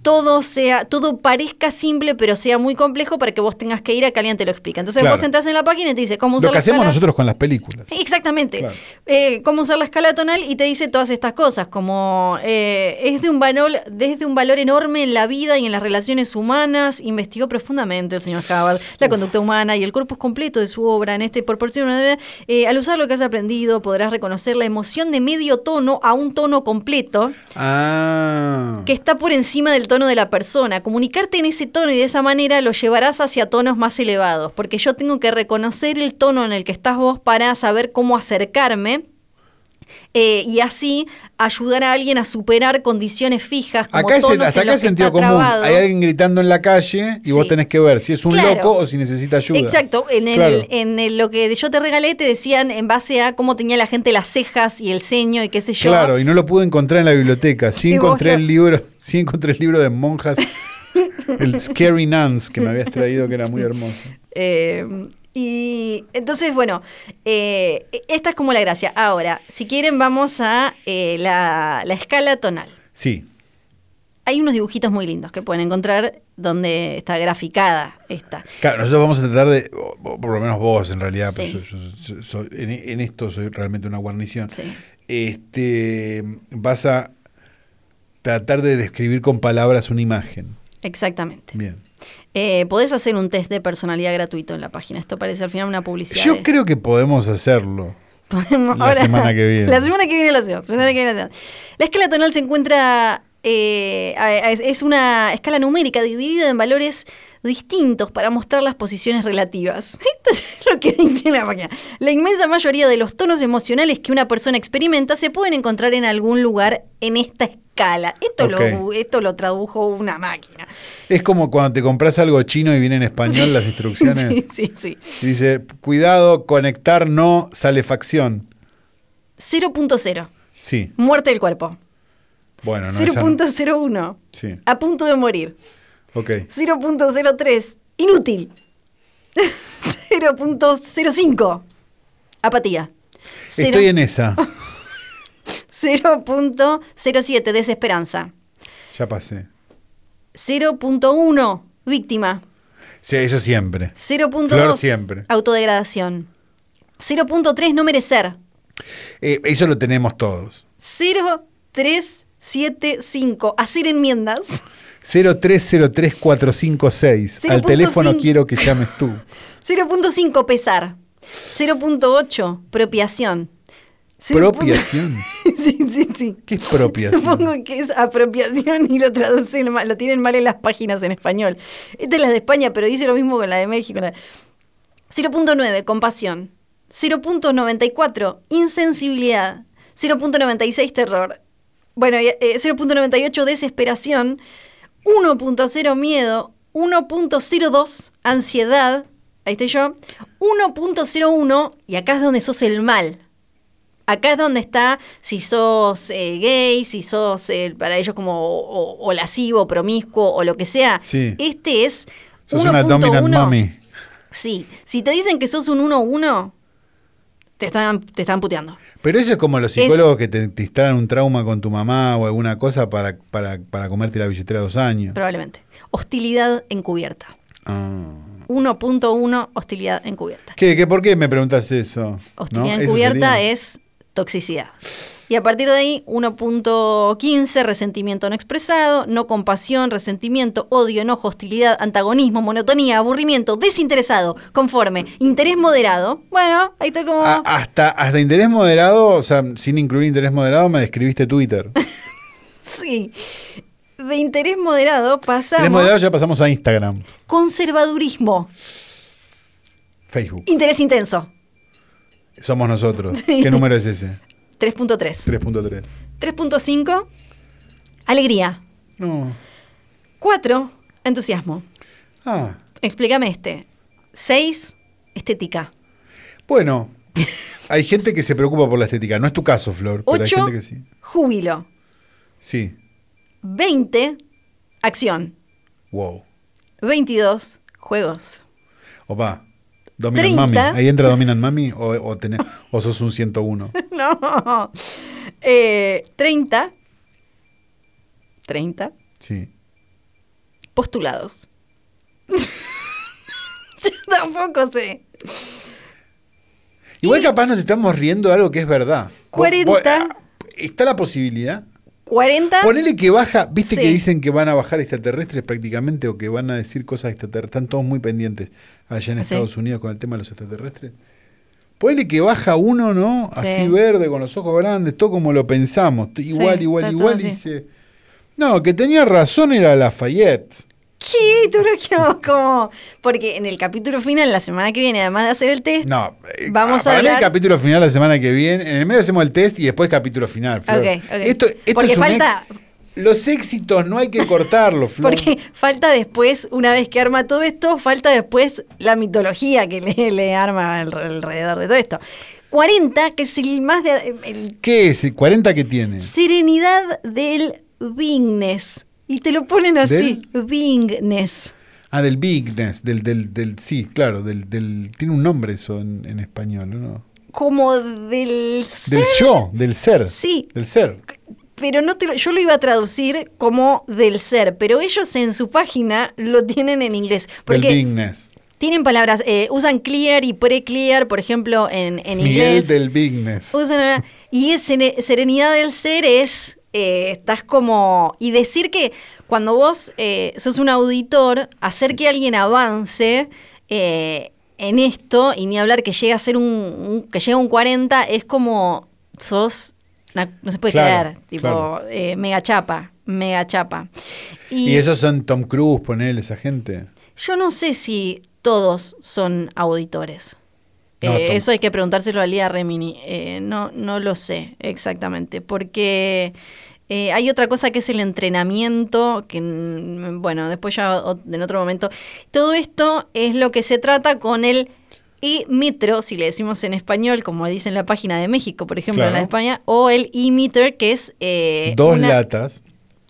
C: todo sea, todo parezca simple, pero sea muy complejo para que vos tengas que ir a que alguien te lo explica. Entonces
B: Claro.
C: vos entras en la página y te dice cómo usar
B: Lo que
C: la
B: hacemos
C: escala.
B: nosotros con las películas.
C: Exactamente.
B: Claro.
C: Eh, cómo usar la escala tonal y te dice todas estas cosas, como eh, es de un valor, desde un valor enorme en la vida y en las relaciones humanas. Investigó profundamente el señor Hubbard la conducta humana y el corpus completo de su obra en este proporción. eh, al usar lo que has aprendido, podrás reconocer la emoción de medio tono a un tono completo
B: Ah.
C: que está por encima del tono de la persona. Comunicarte en ese tono y de esa manera lo llevarás hacia tonos más elevados, porque yo tengo que reconocer el tono en el que estás vos para saber cómo acercarme. eh, y así ayudar a alguien a superar condiciones fijas como
B: Acá es,
C: tonos
B: hasta
C: en
B: acá
C: los
B: es
C: que
B: sentido
C: está
B: común.
C: trabado.
B: Hay alguien gritando en la calle y
C: Sí.
B: vos tenés que ver si es un
C: Claro.
B: loco o si necesita ayuda.
C: Exacto, en, el-
B: Claro.
C: en el- lo que yo te regalé te decían en base a cómo tenía la gente las cejas y el ceño y qué sé yo.
B: Claro, y no lo pude encontrar en la biblioteca. Sí
C: Y vos
B: encontré
C: no.
B: el libro, (laughs) sí encontré el libro de
C: (laughs)
B: monjas, el Scary Nuns que me habías traído que era muy hermoso.
C: Eh, y entonces, bueno, eh, esta es como la gracia. Ahora, si quieren, vamos a eh, la, la escala tonal.
B: Sí,
C: Hay unos dibujitos muy lindos que pueden encontrar donde está graficada esta.
B: Claro, nosotros vamos a tratar de, o- o por lo menos vos en realidad, pues
C: Sí.
B: yo- yo- yo- soy- en, en esto soy realmente una guarnición.
C: Sí.
B: Este, vas a tratar de describir con palabras una imagen.
C: Exactamente.
B: Bien.
C: Eh, podés hacer un test de personalidad gratuito en la página. Esto parece al final una publicidad.
B: Yo
C: de-
B: creo que podemos hacerlo.
C: Podemos
B: La semana que viene.
C: (laughs) La semana que viene lo hacemos. La, semana que viene lo hacemos. La escala tonal se encuentra. eh, a- a- es- es una escala numérica dividida en valores distintos para mostrar las posiciones relativas. (laughs) Esto es lo que dice la página. La inmensa mayoría de los tonos emocionales que una persona experimenta se pueden encontrar en algún lugar en esta escala. Esto, lo,
B: Ok.
C: esto lo tradujo una máquina.
B: Es como cuando te compras algo chino y viene en español las instrucciones.
C: (laughs) Sí, sí, sí.
B: Y dice, cuidado, conectar no, salefacción.
C: 0.0.
B: Sí,
C: Muerte del cuerpo.
B: bueno, no. esa no.
C: 0.01.
B: Sí,
C: A punto de morir.
B: ok.
C: 0.03, inútil. (laughs) 0.05, apatía. Cero-
B: Estoy en esa.
C: 0.07, desesperanza.
B: Ya pasé.
C: 0.1, víctima.
B: Sí, eso siempre. Flor
C: 0.2,
B: siempre.
C: autodegradación. 0.3, no merecer.
B: Eh, eso lo tenemos todos.
C: 0.375, hacer enmiendas. (laughs)
B: 0303456. Al
C: 0.5.
B: teléfono quiero que llames tú.
C: 0.5, pesar. 0.8, propiación. 0.
B: Propiación.
C: (laughs) sí, sí, sí.
B: ¿Qué es propiación?
C: (laughs) Supongo que es apropiación y lo traducen mal, lo tienen mal en las páginas en español. Esta es la de España, pero dice lo mismo con la de México. la- 0.9, compasión. 0.94, insensibilidad. 0.96, terror. Bueno, y, eh, 0.98, desesperación. 1.0, miedo. 1.02, ansiedad. Ahí estoy yo. 1.01, y acá es donde sos el mal. Acá es donde está si sos eh, gay, si sos eh, para ellos como o, o- o lascivo, promiscuo o lo que sea.
B: Sí.
C: Este es
B: Sos una dominant
C: 1.1.
B: mommy.
C: Sí, si te dicen que sos un 1-1, te están, te están puteando.
B: Pero eso es como los psicólogos que te, te instalan un trauma con tu mamá o alguna cosa para, para, para comerte la billetera dos años.
C: Probablemente. Hostilidad encubierta.
B: Ah.
C: 1.1 hostilidad encubierta.
B: ¿Qué, qué, ¿Por qué me preguntas eso?
C: Hostilidad
B: ¿No? Eso
C: encubierta
B: sería.
C: es toxicidad. Y a partir de ahí, 1.15, resentimiento no expresado, no compasión, resentimiento, odio, enojo, hostilidad, antagonismo, monotonía, aburrimiento, desinteresado, conforme, interés moderado. Bueno, ahí estoy como...
B: A- hasta, hasta interés moderado, o sea, sin incluir interés moderado, me describiste
C: (laughs)
B: Twitter.
C: Sí. De interés moderado pasamos...
B: interés moderado ya pasamos a Instagram,
C: Conservadurismo,
B: Facebook.
C: interés intenso,
B: Somos nosotros.
C: (laughs) Sí.
B: ¿Qué número es ese?
C: 3.3.
B: 3.3.
C: 3.5, alegría.
B: No.
C: 4, entusiasmo.
B: Ah.
C: Explícame este. 6, estética.
B: Bueno, hay gente que se preocupa por la estética. No es tu caso, Flor, pero hay
C: 8,
B: gente que sí.
C: júbilo.
B: Sí.
C: 20, acción.
B: Wow.
C: 22, juegos. (laughs)
B: Opa. Dominan
C: 30.
B: Mami. Ahí entra Dominan Mami o, o, tenés- o sos un 101.
C: No. Eh, 30, 30,
B: Sí.
C: postulados. (laughs) Yo tampoco sé.
B: Igual capaz nos estamos riendo de algo que es verdad. Vos- vos-
C: 40.
B: ah, Está la posibilidad.
C: 40,
B: Ponele que baja, viste
C: Ah. Sí.
B: que dicen que van a bajar extraterrestres prácticamente o que van a decir cosas extraterrestres. Están todos muy pendientes allá en
C: Ah, Sí.
B: Estados Unidos con el tema de los extraterrestres. Ponele que baja uno, ¿no? Así
C: Sí.
B: verde, con los ojos grandes, todo como lo pensamos. t- Igual,
C: Sí,
B: igual,
C: está
B: igual.
C: todo así.
B: Dice, no, que tenía razón era Lafayette.
C: ¿qué? Tú lo que como. Porque en el capítulo final, la semana que viene, además de hacer el test.
B: No, eh,
C: Vamos a
B: para mí
C: hablar-
B: el capítulo final la semana que viene. En el medio hacemos el test y después capítulo final. Flor.
C: Ok, ok.
B: Esto, esto
C: Porque
B: es un ex-
C: falta-
B: Los éxitos no hay que
C: (laughs)
B: cortarlos, Flor.
C: Porque falta después, una vez que arma todo esto, falta después la mitología que le, (laughs) le arma al- alrededor de todo esto. 40, que es el más de... el-
B: ¿Qué es? ¿El 40 que tiene?
C: serenidad del Vignes. Y te lo ponen así, Vignes.
B: Ah, del bigness, del, del, del, sí, claro, del, del, tiene un nombre eso en, en español, ¿o ¿no?
C: Como del...
B: Del yo, del ser.
C: Sí.
B: Del ser.
C: Pero no te lo- yo lo iba a traducir como del ser, pero ellos en su página lo tienen en inglés.
B: Del
C: Porque
B: bigness.
C: tienen palabras, eh, usan clear y pre-clear, por ejemplo, en, en
B: Miguel
C: inglés.
B: del bigness.
C: Usan una- y es sene- serenidad del ser es, eh, estás como... Y decir que cuando vos eh, sos un auditor, hacer que alguien avance eh, en esto, y ni hablar que llega a ser un, un- que llega a un 40, es como sos... una- no se puede
B: Claro,
C: creer, tipo,
B: claro.
C: eh, mega chapa, mega chapa.
B: Y esos son Tom Cruise, ponele, esa gente.
C: Yo no sé si todos son auditores.
B: No,
C: Eh,
B: Tom-
C: eso hay que preguntárselo a Lía Remini. Eh, no, no lo sé exactamente, porque eh, hay otra cosa que es el entrenamiento, que mm, bueno, después ya o- en otro momento. Todo esto es lo que se trata con el e-metro, si le decimos en español, como dice en la página de México, por ejemplo, en la de
B: Claro.
C: España, o el e-meter, que es... eh,
B: dos
C: una-
B: latas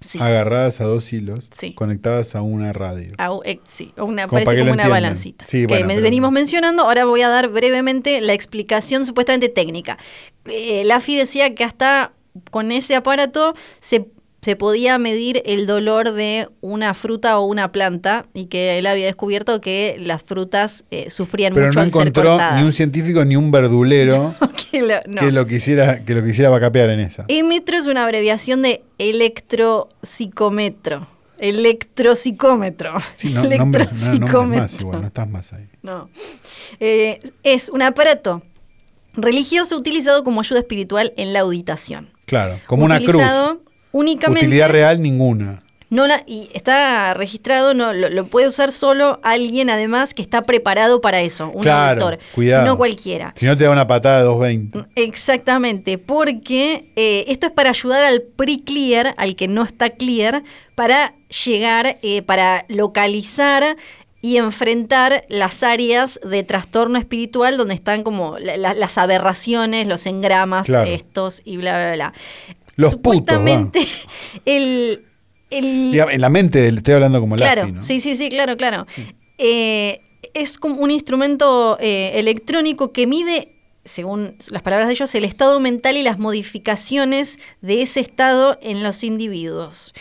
C: Sí.
B: agarradas a dos hilos,
C: Sí.
B: conectadas a una radio.
C: A u- eh, sí, o una,
B: Como para
C: parece
B: que
C: como
B: lo
C: una
B: entiendan.
C: balancita.
B: Sí,
C: que
B: bueno,
C: me-
B: pero-
C: venimos mencionando, ahora voy a dar brevemente la explicación supuestamente técnica. Eh, la AFI decía que hasta con ese aparato se, se podía medir el dolor de una fruta o una planta y que él había descubierto que las frutas eh, sufrían
B: Pero
C: mucho
B: no
C: al ser
B: encontró ni un
C: cortadas.
B: científico ni un verdulero
C: (laughs) Que lo- (laughs) no.
B: que lo quisiera, que lo quisiera vacapear en esa.
C: Emetro es una abreviación de electropsicometro. Electropsicómetro.
B: Sí, no, nombre- no, nombres más
C: Electropsicómetro.
B: igual, no estás más ahí.
C: No. Eh, es un aparato religioso utilizado como ayuda espiritual en la auditación.
B: Claro, como una cruz.
C: Utilizado Únicamente.
B: Utilidad real ninguna.
C: No la, y está registrado, no lo, lo puede usar solo alguien además que está preparado para eso, un
B: Claro,
C: auditor,
B: cuidado.
C: no cualquiera.
B: Si no te da una patada de
C: Mm,
B: 220.
C: Exactamente, porque eh, esto es para ayudar al pre-clear, al que no está clear, para llegar, eh, para localizar y enfrentar las áreas de trastorno espiritual donde están como la- la- las aberraciones, los engramas,
B: Claro.
C: estos y bla, bla, bla.
B: Los putos. va.
C: Supuestamente, (laughs) el, el-
B: Digamos, En la mente del, estoy hablando como la
C: Claro, sí, sí, sí, claro, claro. Eh, es como un instrumento eh, electrónico que mide según las palabras de ellos, el estado mental y las modificaciones de ese estado en los individuos.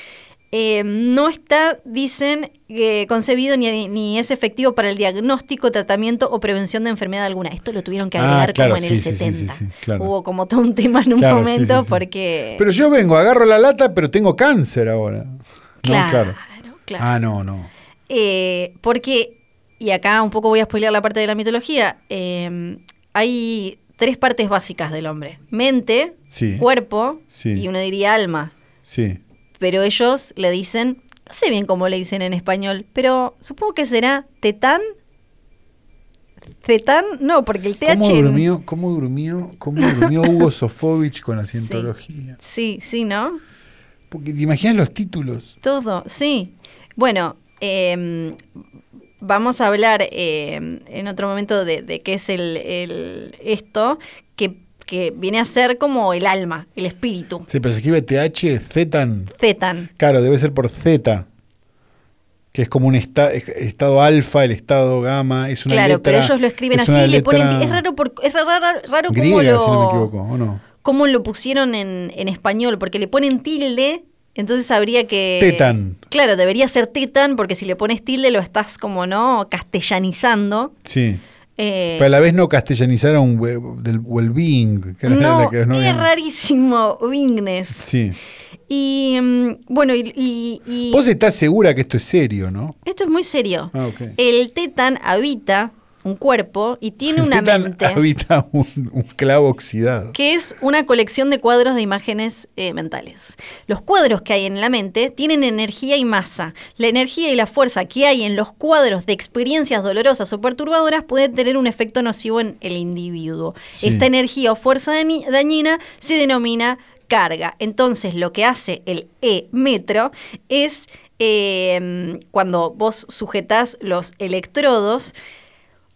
C: Eh, no está, dicen, eh, concebido ni, ni es efectivo para el diagnóstico, tratamiento o prevención de enfermedad alguna. Esto lo tuvieron que
B: Ah,
C: agregar
B: claro,
C: como en el
B: sí, sí, sí,
C: 70.
B: sí, sí, claro.
C: Hubo como todo un tema en un
B: Claro, sí,
C: momento
B: sí, sí.
C: porque...
B: Pero yo vengo, agarro la lata, pero tengo cáncer ahora. No,
C: claro, claro.
B: Ah, no, no.
C: Eh, porque, y acá un poco voy a spoilear la parte de la mitología, eh, hay tres partes básicas del hombre. Mente,
B: Sí.
C: cuerpo
B: Sí.
C: y uno diría alma.
B: Sí.
C: Pero ellos le dicen, no sé bien cómo le dicen en español, pero supongo que será tetán. Tetán, no, porque el TH...
B: ¿Cómo
C: en-
B: durmió, cómo durmió, cómo durmió Hugo Sofovich con la cientología?
C: Sí, sí, ¿no?
B: Porque te imaginas los títulos.
C: Todo, sí. Bueno, eh, vamos a hablar eh, en otro momento de, de qué es el, el- esto, que, que viene a ser como el alma, el espíritu.
B: Sí, pero se escribe TH, Zetan.
C: Zetan.
B: Claro, debe ser por Z, que es como un esta- es- estado alfa, el estado gamma, es una
C: claro,
B: letra.
C: pero ellos lo escriben
B: es
C: así
B: una
C: y le ponen.
B: letra
C: Es raro, por, es raro, raro- raro
B: griega,
C: cómo, lo,
B: si no me equivoco, ¿o no?
C: cómo lo pusieron en, en español, porque le ponen tilde. Entonces habría que...
B: Tetan.
C: Claro, debería ser tetan, porque si le pones tilde lo estás como, ¿no? Castellanizando.
B: Sí.
C: Eh,
B: Pero a la vez no castellanizaron we- del well-being, que era
C: No,
B: la que no
C: es
B: habían-
C: rarísimo, Vignes.
B: Sí.
C: Y mm, bueno, y, y- y-
B: Vos estás segura que esto es serio, ¿no?
C: esto es muy serio.
B: Ah, ok.
C: El tetan habita un cuerpo y tiene
B: El
C: una
B: tetán
C: mente
B: habita un, un clavo oxidado.
C: que es una colección de cuadros de imágenes eh, mentales. Los cuadros que hay en la mente tienen energía y masa. La energía y la fuerza que hay en los cuadros de experiencias dolorosas o perturbadoras puede tener un efecto nocivo en el individuo.
B: Sí.
C: Esta energía o fuerza dañi- dañina se denomina carga. Entonces lo que hace el E-metro es eh, cuando vos sujetás los electrodos,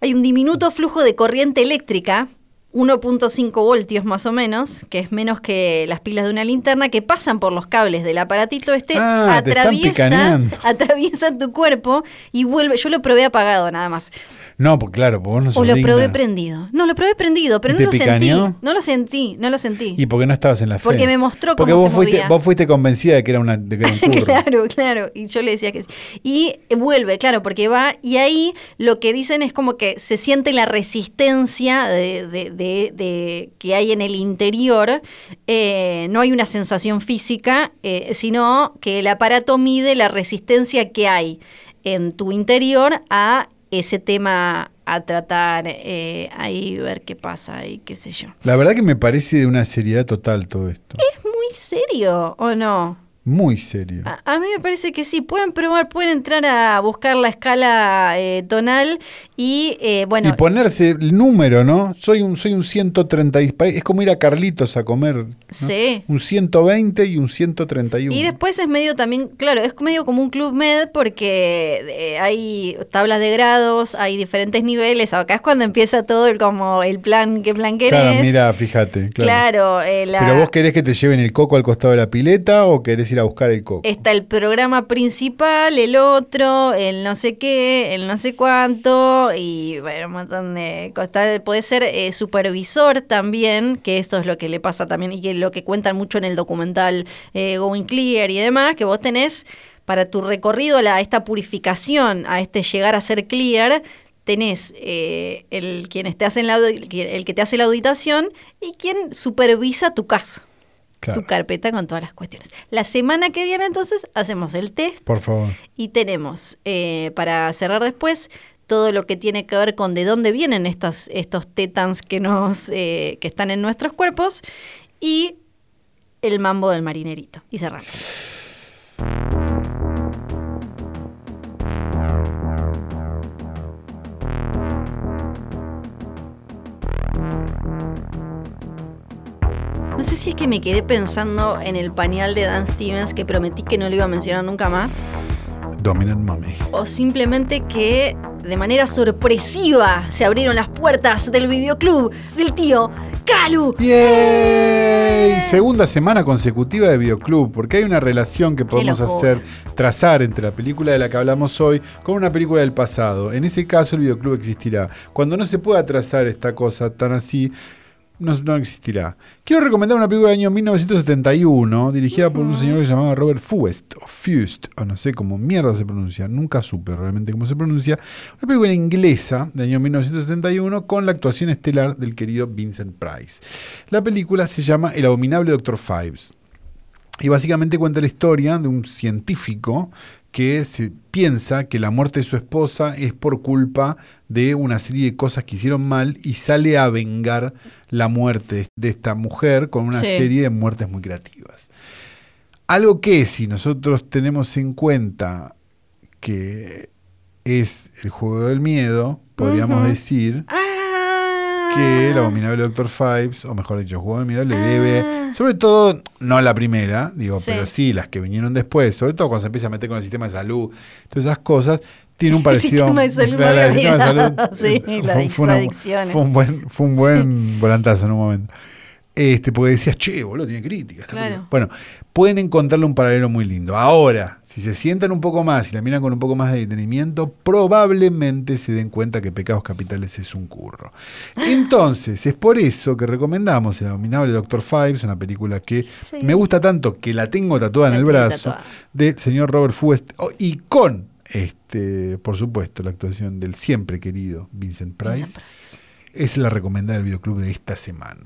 C: hay un diminuto flujo de corriente eléctrica, 1.5 voltios más o menos, que es menos que las pilas de una linterna, que pasan por los cables del aparatito este,
B: Ah, te están
C: atraviesa,
B: picaneando.
C: (laughs) atraviesa tu cuerpo y vuelve. Yo lo probé apagado nada más.
B: No, porque claro, porque vos no sos
C: o lo
B: digna.
C: probé prendido. No, lo probé prendido,
B: ¿Y
C: pero no
B: te
C: lo
B: picaneó?
C: sentí. No lo sentí, no lo sentí.
B: Y porque no estabas en la fe.
C: Porque me mostró
B: Porque
C: cómo
B: vos
C: se
B: fuiste,
C: movía.
B: vos fuiste convencida de que era, una, de
C: (laughs)
B: que era un curro.
C: Claro, claro. Y yo le decía que sí. Y eh, vuelve, claro, porque va. Y ahí lo que dicen es como que se siente la resistencia de, de- de- de- que hay en el interior. Eh, no hay una sensación física, eh, sino que el aparato mide la resistencia que hay en tu interior a ese tema a tratar eh, ahí, ver qué pasa y qué sé yo.
B: La verdad que me parece de una seriedad total todo esto.
C: ¿Es muy serio o no?
B: Muy serio.
C: A, a mí me parece que sí, pueden probar, pueden entrar a buscar la escala eh, tonal y eh, bueno,
B: y ponerse el número, ¿no? Soy un, soy un 130. y pare- Es como ir a Carlitos a comer. ¿no?
C: sí.
B: Un 120 y un 131.
C: Y después es medio también, claro, es medio como un club med porque eh, hay tablas de grados, hay diferentes niveles. Acá es cuando empieza todo el como el plan, qué plan querés.
B: Claro, mira, fíjate. Claro.
C: Claro, eh, la-
B: Pero vos querés que te lleven el coco al costado de la pileta o querés ir a buscar el coco.
C: Está el programa principal, el otro, el no sé qué, el no sé cuánto, y bueno, un montón de cosas. Puede ser eh, supervisor también, que esto es lo que le pasa también y que lo que cuentan mucho en el documental eh, Going Clear y demás, que vos tenés para tu recorrido a, la- a esta purificación, a este llegar a ser clear. Tenés eh, el, quienes te hacen la audi- el que te hace la auditación y quien supervisa tu caso
B: Claro.
C: tu carpeta con todas las cuestiones. La semana que viene entonces hacemos el test
B: Por favor.
C: y tenemos eh, para cerrar después todo lo que tiene que ver con de dónde vienen estas, estos tetans que, nos, eh, que están en nuestros cuerpos y el mambo del marinerito. Y cerramos. No sé si es que me quedé pensando en el pañal de Dan Stevens que prometí que no lo iba a mencionar nunca más.
B: Dominant Mommy.
C: o simplemente que de manera sorpresiva se abrieron las puertas del videoclub del tío Calu.
B: ¡Yay! Segunda semana consecutiva de Bioclub, porque hay una relación que podemos
C: locura.
B: hacer, trazar entre la película de la que hablamos hoy con una película del pasado. En ese caso, el Bioclub existirá. Cuando no se pueda trazar esta cosa tan así, no, no existirá. Quiero recomendar una película del año 1971, dirigida por un señor que se llamaba Robert Fuest, o Fust, o no sé cómo mierda se pronuncia, nunca supe realmente cómo se pronuncia. Una película inglesa del año 1971 con la actuación estelar del querido Vincent Price. La película se llama El abominable Dr. Fives. Y básicamente cuenta la historia de un científico que se piensa que la muerte de su esposa es por culpa de una serie de cosas que hicieron mal y sale a vengar la muerte de esta mujer con una
C: Sí.
B: serie de muertes muy creativas. Algo que si nosotros tenemos en cuenta que es el juego del miedo, podríamos
C: Ujú.
B: decir
C: Ah.
B: que el abominable Doctor Fives, o mejor dicho, Juego de Miedo, le
C: Ah.
B: debe, sobre todo, no la primera, digo,
C: Sí.
B: pero sí las que vinieron después, sobre todo cuando se empieza a meter con el sistema de salud, todas esas cosas, tiene un
C: (laughs) El
B: parecido. (laughs)
C: sistema de salud,
B: Claro, el sistema de salud,
C: (laughs) sí,
B: eh,
C: las
B: fue- fue una-
C: adicciones.
B: Fue un buen, fue un buen volantazo en un momento. Este, porque decías, che, boludo, tiene críticas.
C: Claro.
B: Bueno, pueden encontrarle un paralelo muy lindo. Ahora, si se sientan un poco más y la miran con un poco más de detenimiento, probablemente se den cuenta que Pecados Capitales es un curro. Entonces, es por eso que recomendamos El Abominable Doctor Fives, una película que
C: Sí.
B: me gusta tanto que la tengo tatuada en
C: La
B: el
C: tiene
B: brazo,
C: tatuada.
B: del señor Robert Fuest, oh, y con, este, por supuesto, la actuación del siempre querido Vincent Price.
C: Vincent Price.
B: Es la recomendada del videoclub de esta semana.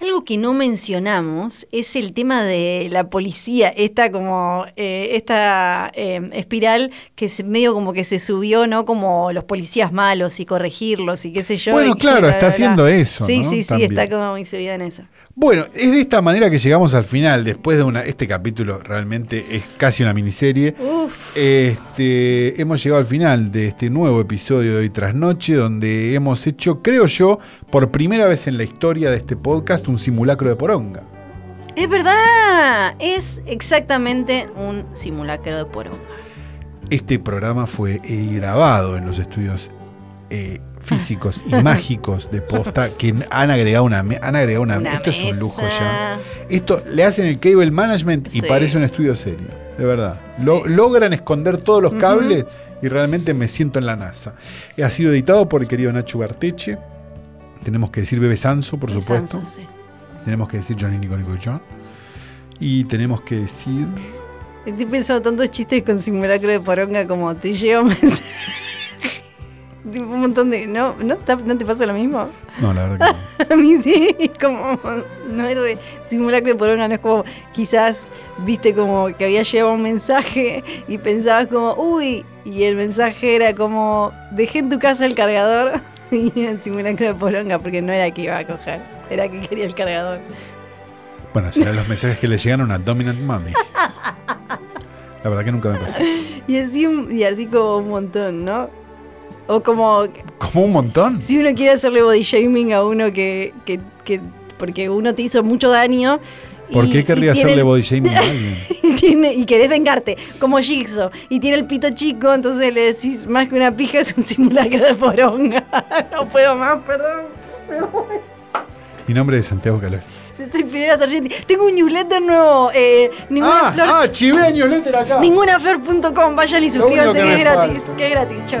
C: Algo que no mencionamos es el tema de la policía, esta como eh, esta eh, espiral que se, medio como que se subió, ¿no? Como los policías malos y corregirlos y qué sé yo.
B: Bueno,
C: y
B: claro, está haciendo eso,
C: Sí,
B: ¿no?
C: sí, sí,
B: También.
C: está como muy subida en eso.
B: Bueno, es de esta manera que llegamos al final, después de una, este capítulo realmente es casi una miniserie.
C: Uf.
B: Este, hemos llegado al final de este nuevo episodio de Hoy Tras Noche, donde hemos hecho, creo yo, por primera vez en la historia de este podcast, un simulacro de poronga.
C: Es verdad, es exactamente un simulacro de poronga.
B: Este programa fue eh, grabado en los estudios eh, físicos y mágicos de posta que han agregado una, me- han agregado una, esto es un lujo ya.
C: mesa.
B: Esto le hacen el cable management y
C: Sí.
B: parece un estudio serio, de verdad. Lo-
C: Sí.
B: logran esconder todos los
C: Ujú.
B: cables y realmente me siento en la NASA. Ha sido editado por el querido Nacho Barteche. Tenemos que decir Bebe Sanso, por
C: El
B: supuesto.
C: Samsung, sí.
B: Tenemos que decir Johnny Nico Nico John. Y tenemos que decir.
C: Estoy pensando tantos chistes con simulacro de poronga como te llevo mensaje. (laughs) Tipo, un montón de. ¿No, no, está- ¿No te pasa lo mismo?
B: No, la verdad que no.
C: (laughs) A mí sí, es como. No es de simulacro de poronga, no es como. Quizás viste como que había llegado un mensaje y pensabas como, uy, y el mensaje era como, dejé en tu casa el cargador (laughs) y era el simulacro de poronga porque no era que iba a coger, era que quería el cargador.
B: Bueno, serán los mensajes que le llegaron a Dominant Mami. La verdad que nunca me pasó.
C: Y así, y así como un montón, ¿no? O como
B: Como un montón.
C: Si uno quiere hacerle body shaming a uno que, que- que- porque uno te hizo mucho daño.
B: ¿Por
C: y-
B: qué querría
C: y tiene-
B: hacerle body
C: (laughs)
B: shaming a alguien?
C: Y, tiene- y querés vengarte, como Jigsaw. Y tiene el pito chico, entonces le decís, más que una pija es un simulacro de poronga. (laughs) no puedo más, perdón. (laughs)
B: Mi nombre es Santiago Calori.
C: Estoy Pinera Sargenti. Tengo un newsletter nuevo. eh, ninguna flor.
B: ah, chivea newsletter acá.
C: Ningunaflor.com, vayan y
B: Lo único
C: suscríbanse,
B: que
C: que
B: me
C: es gratis,
B: falta.
C: que es gratis, chao.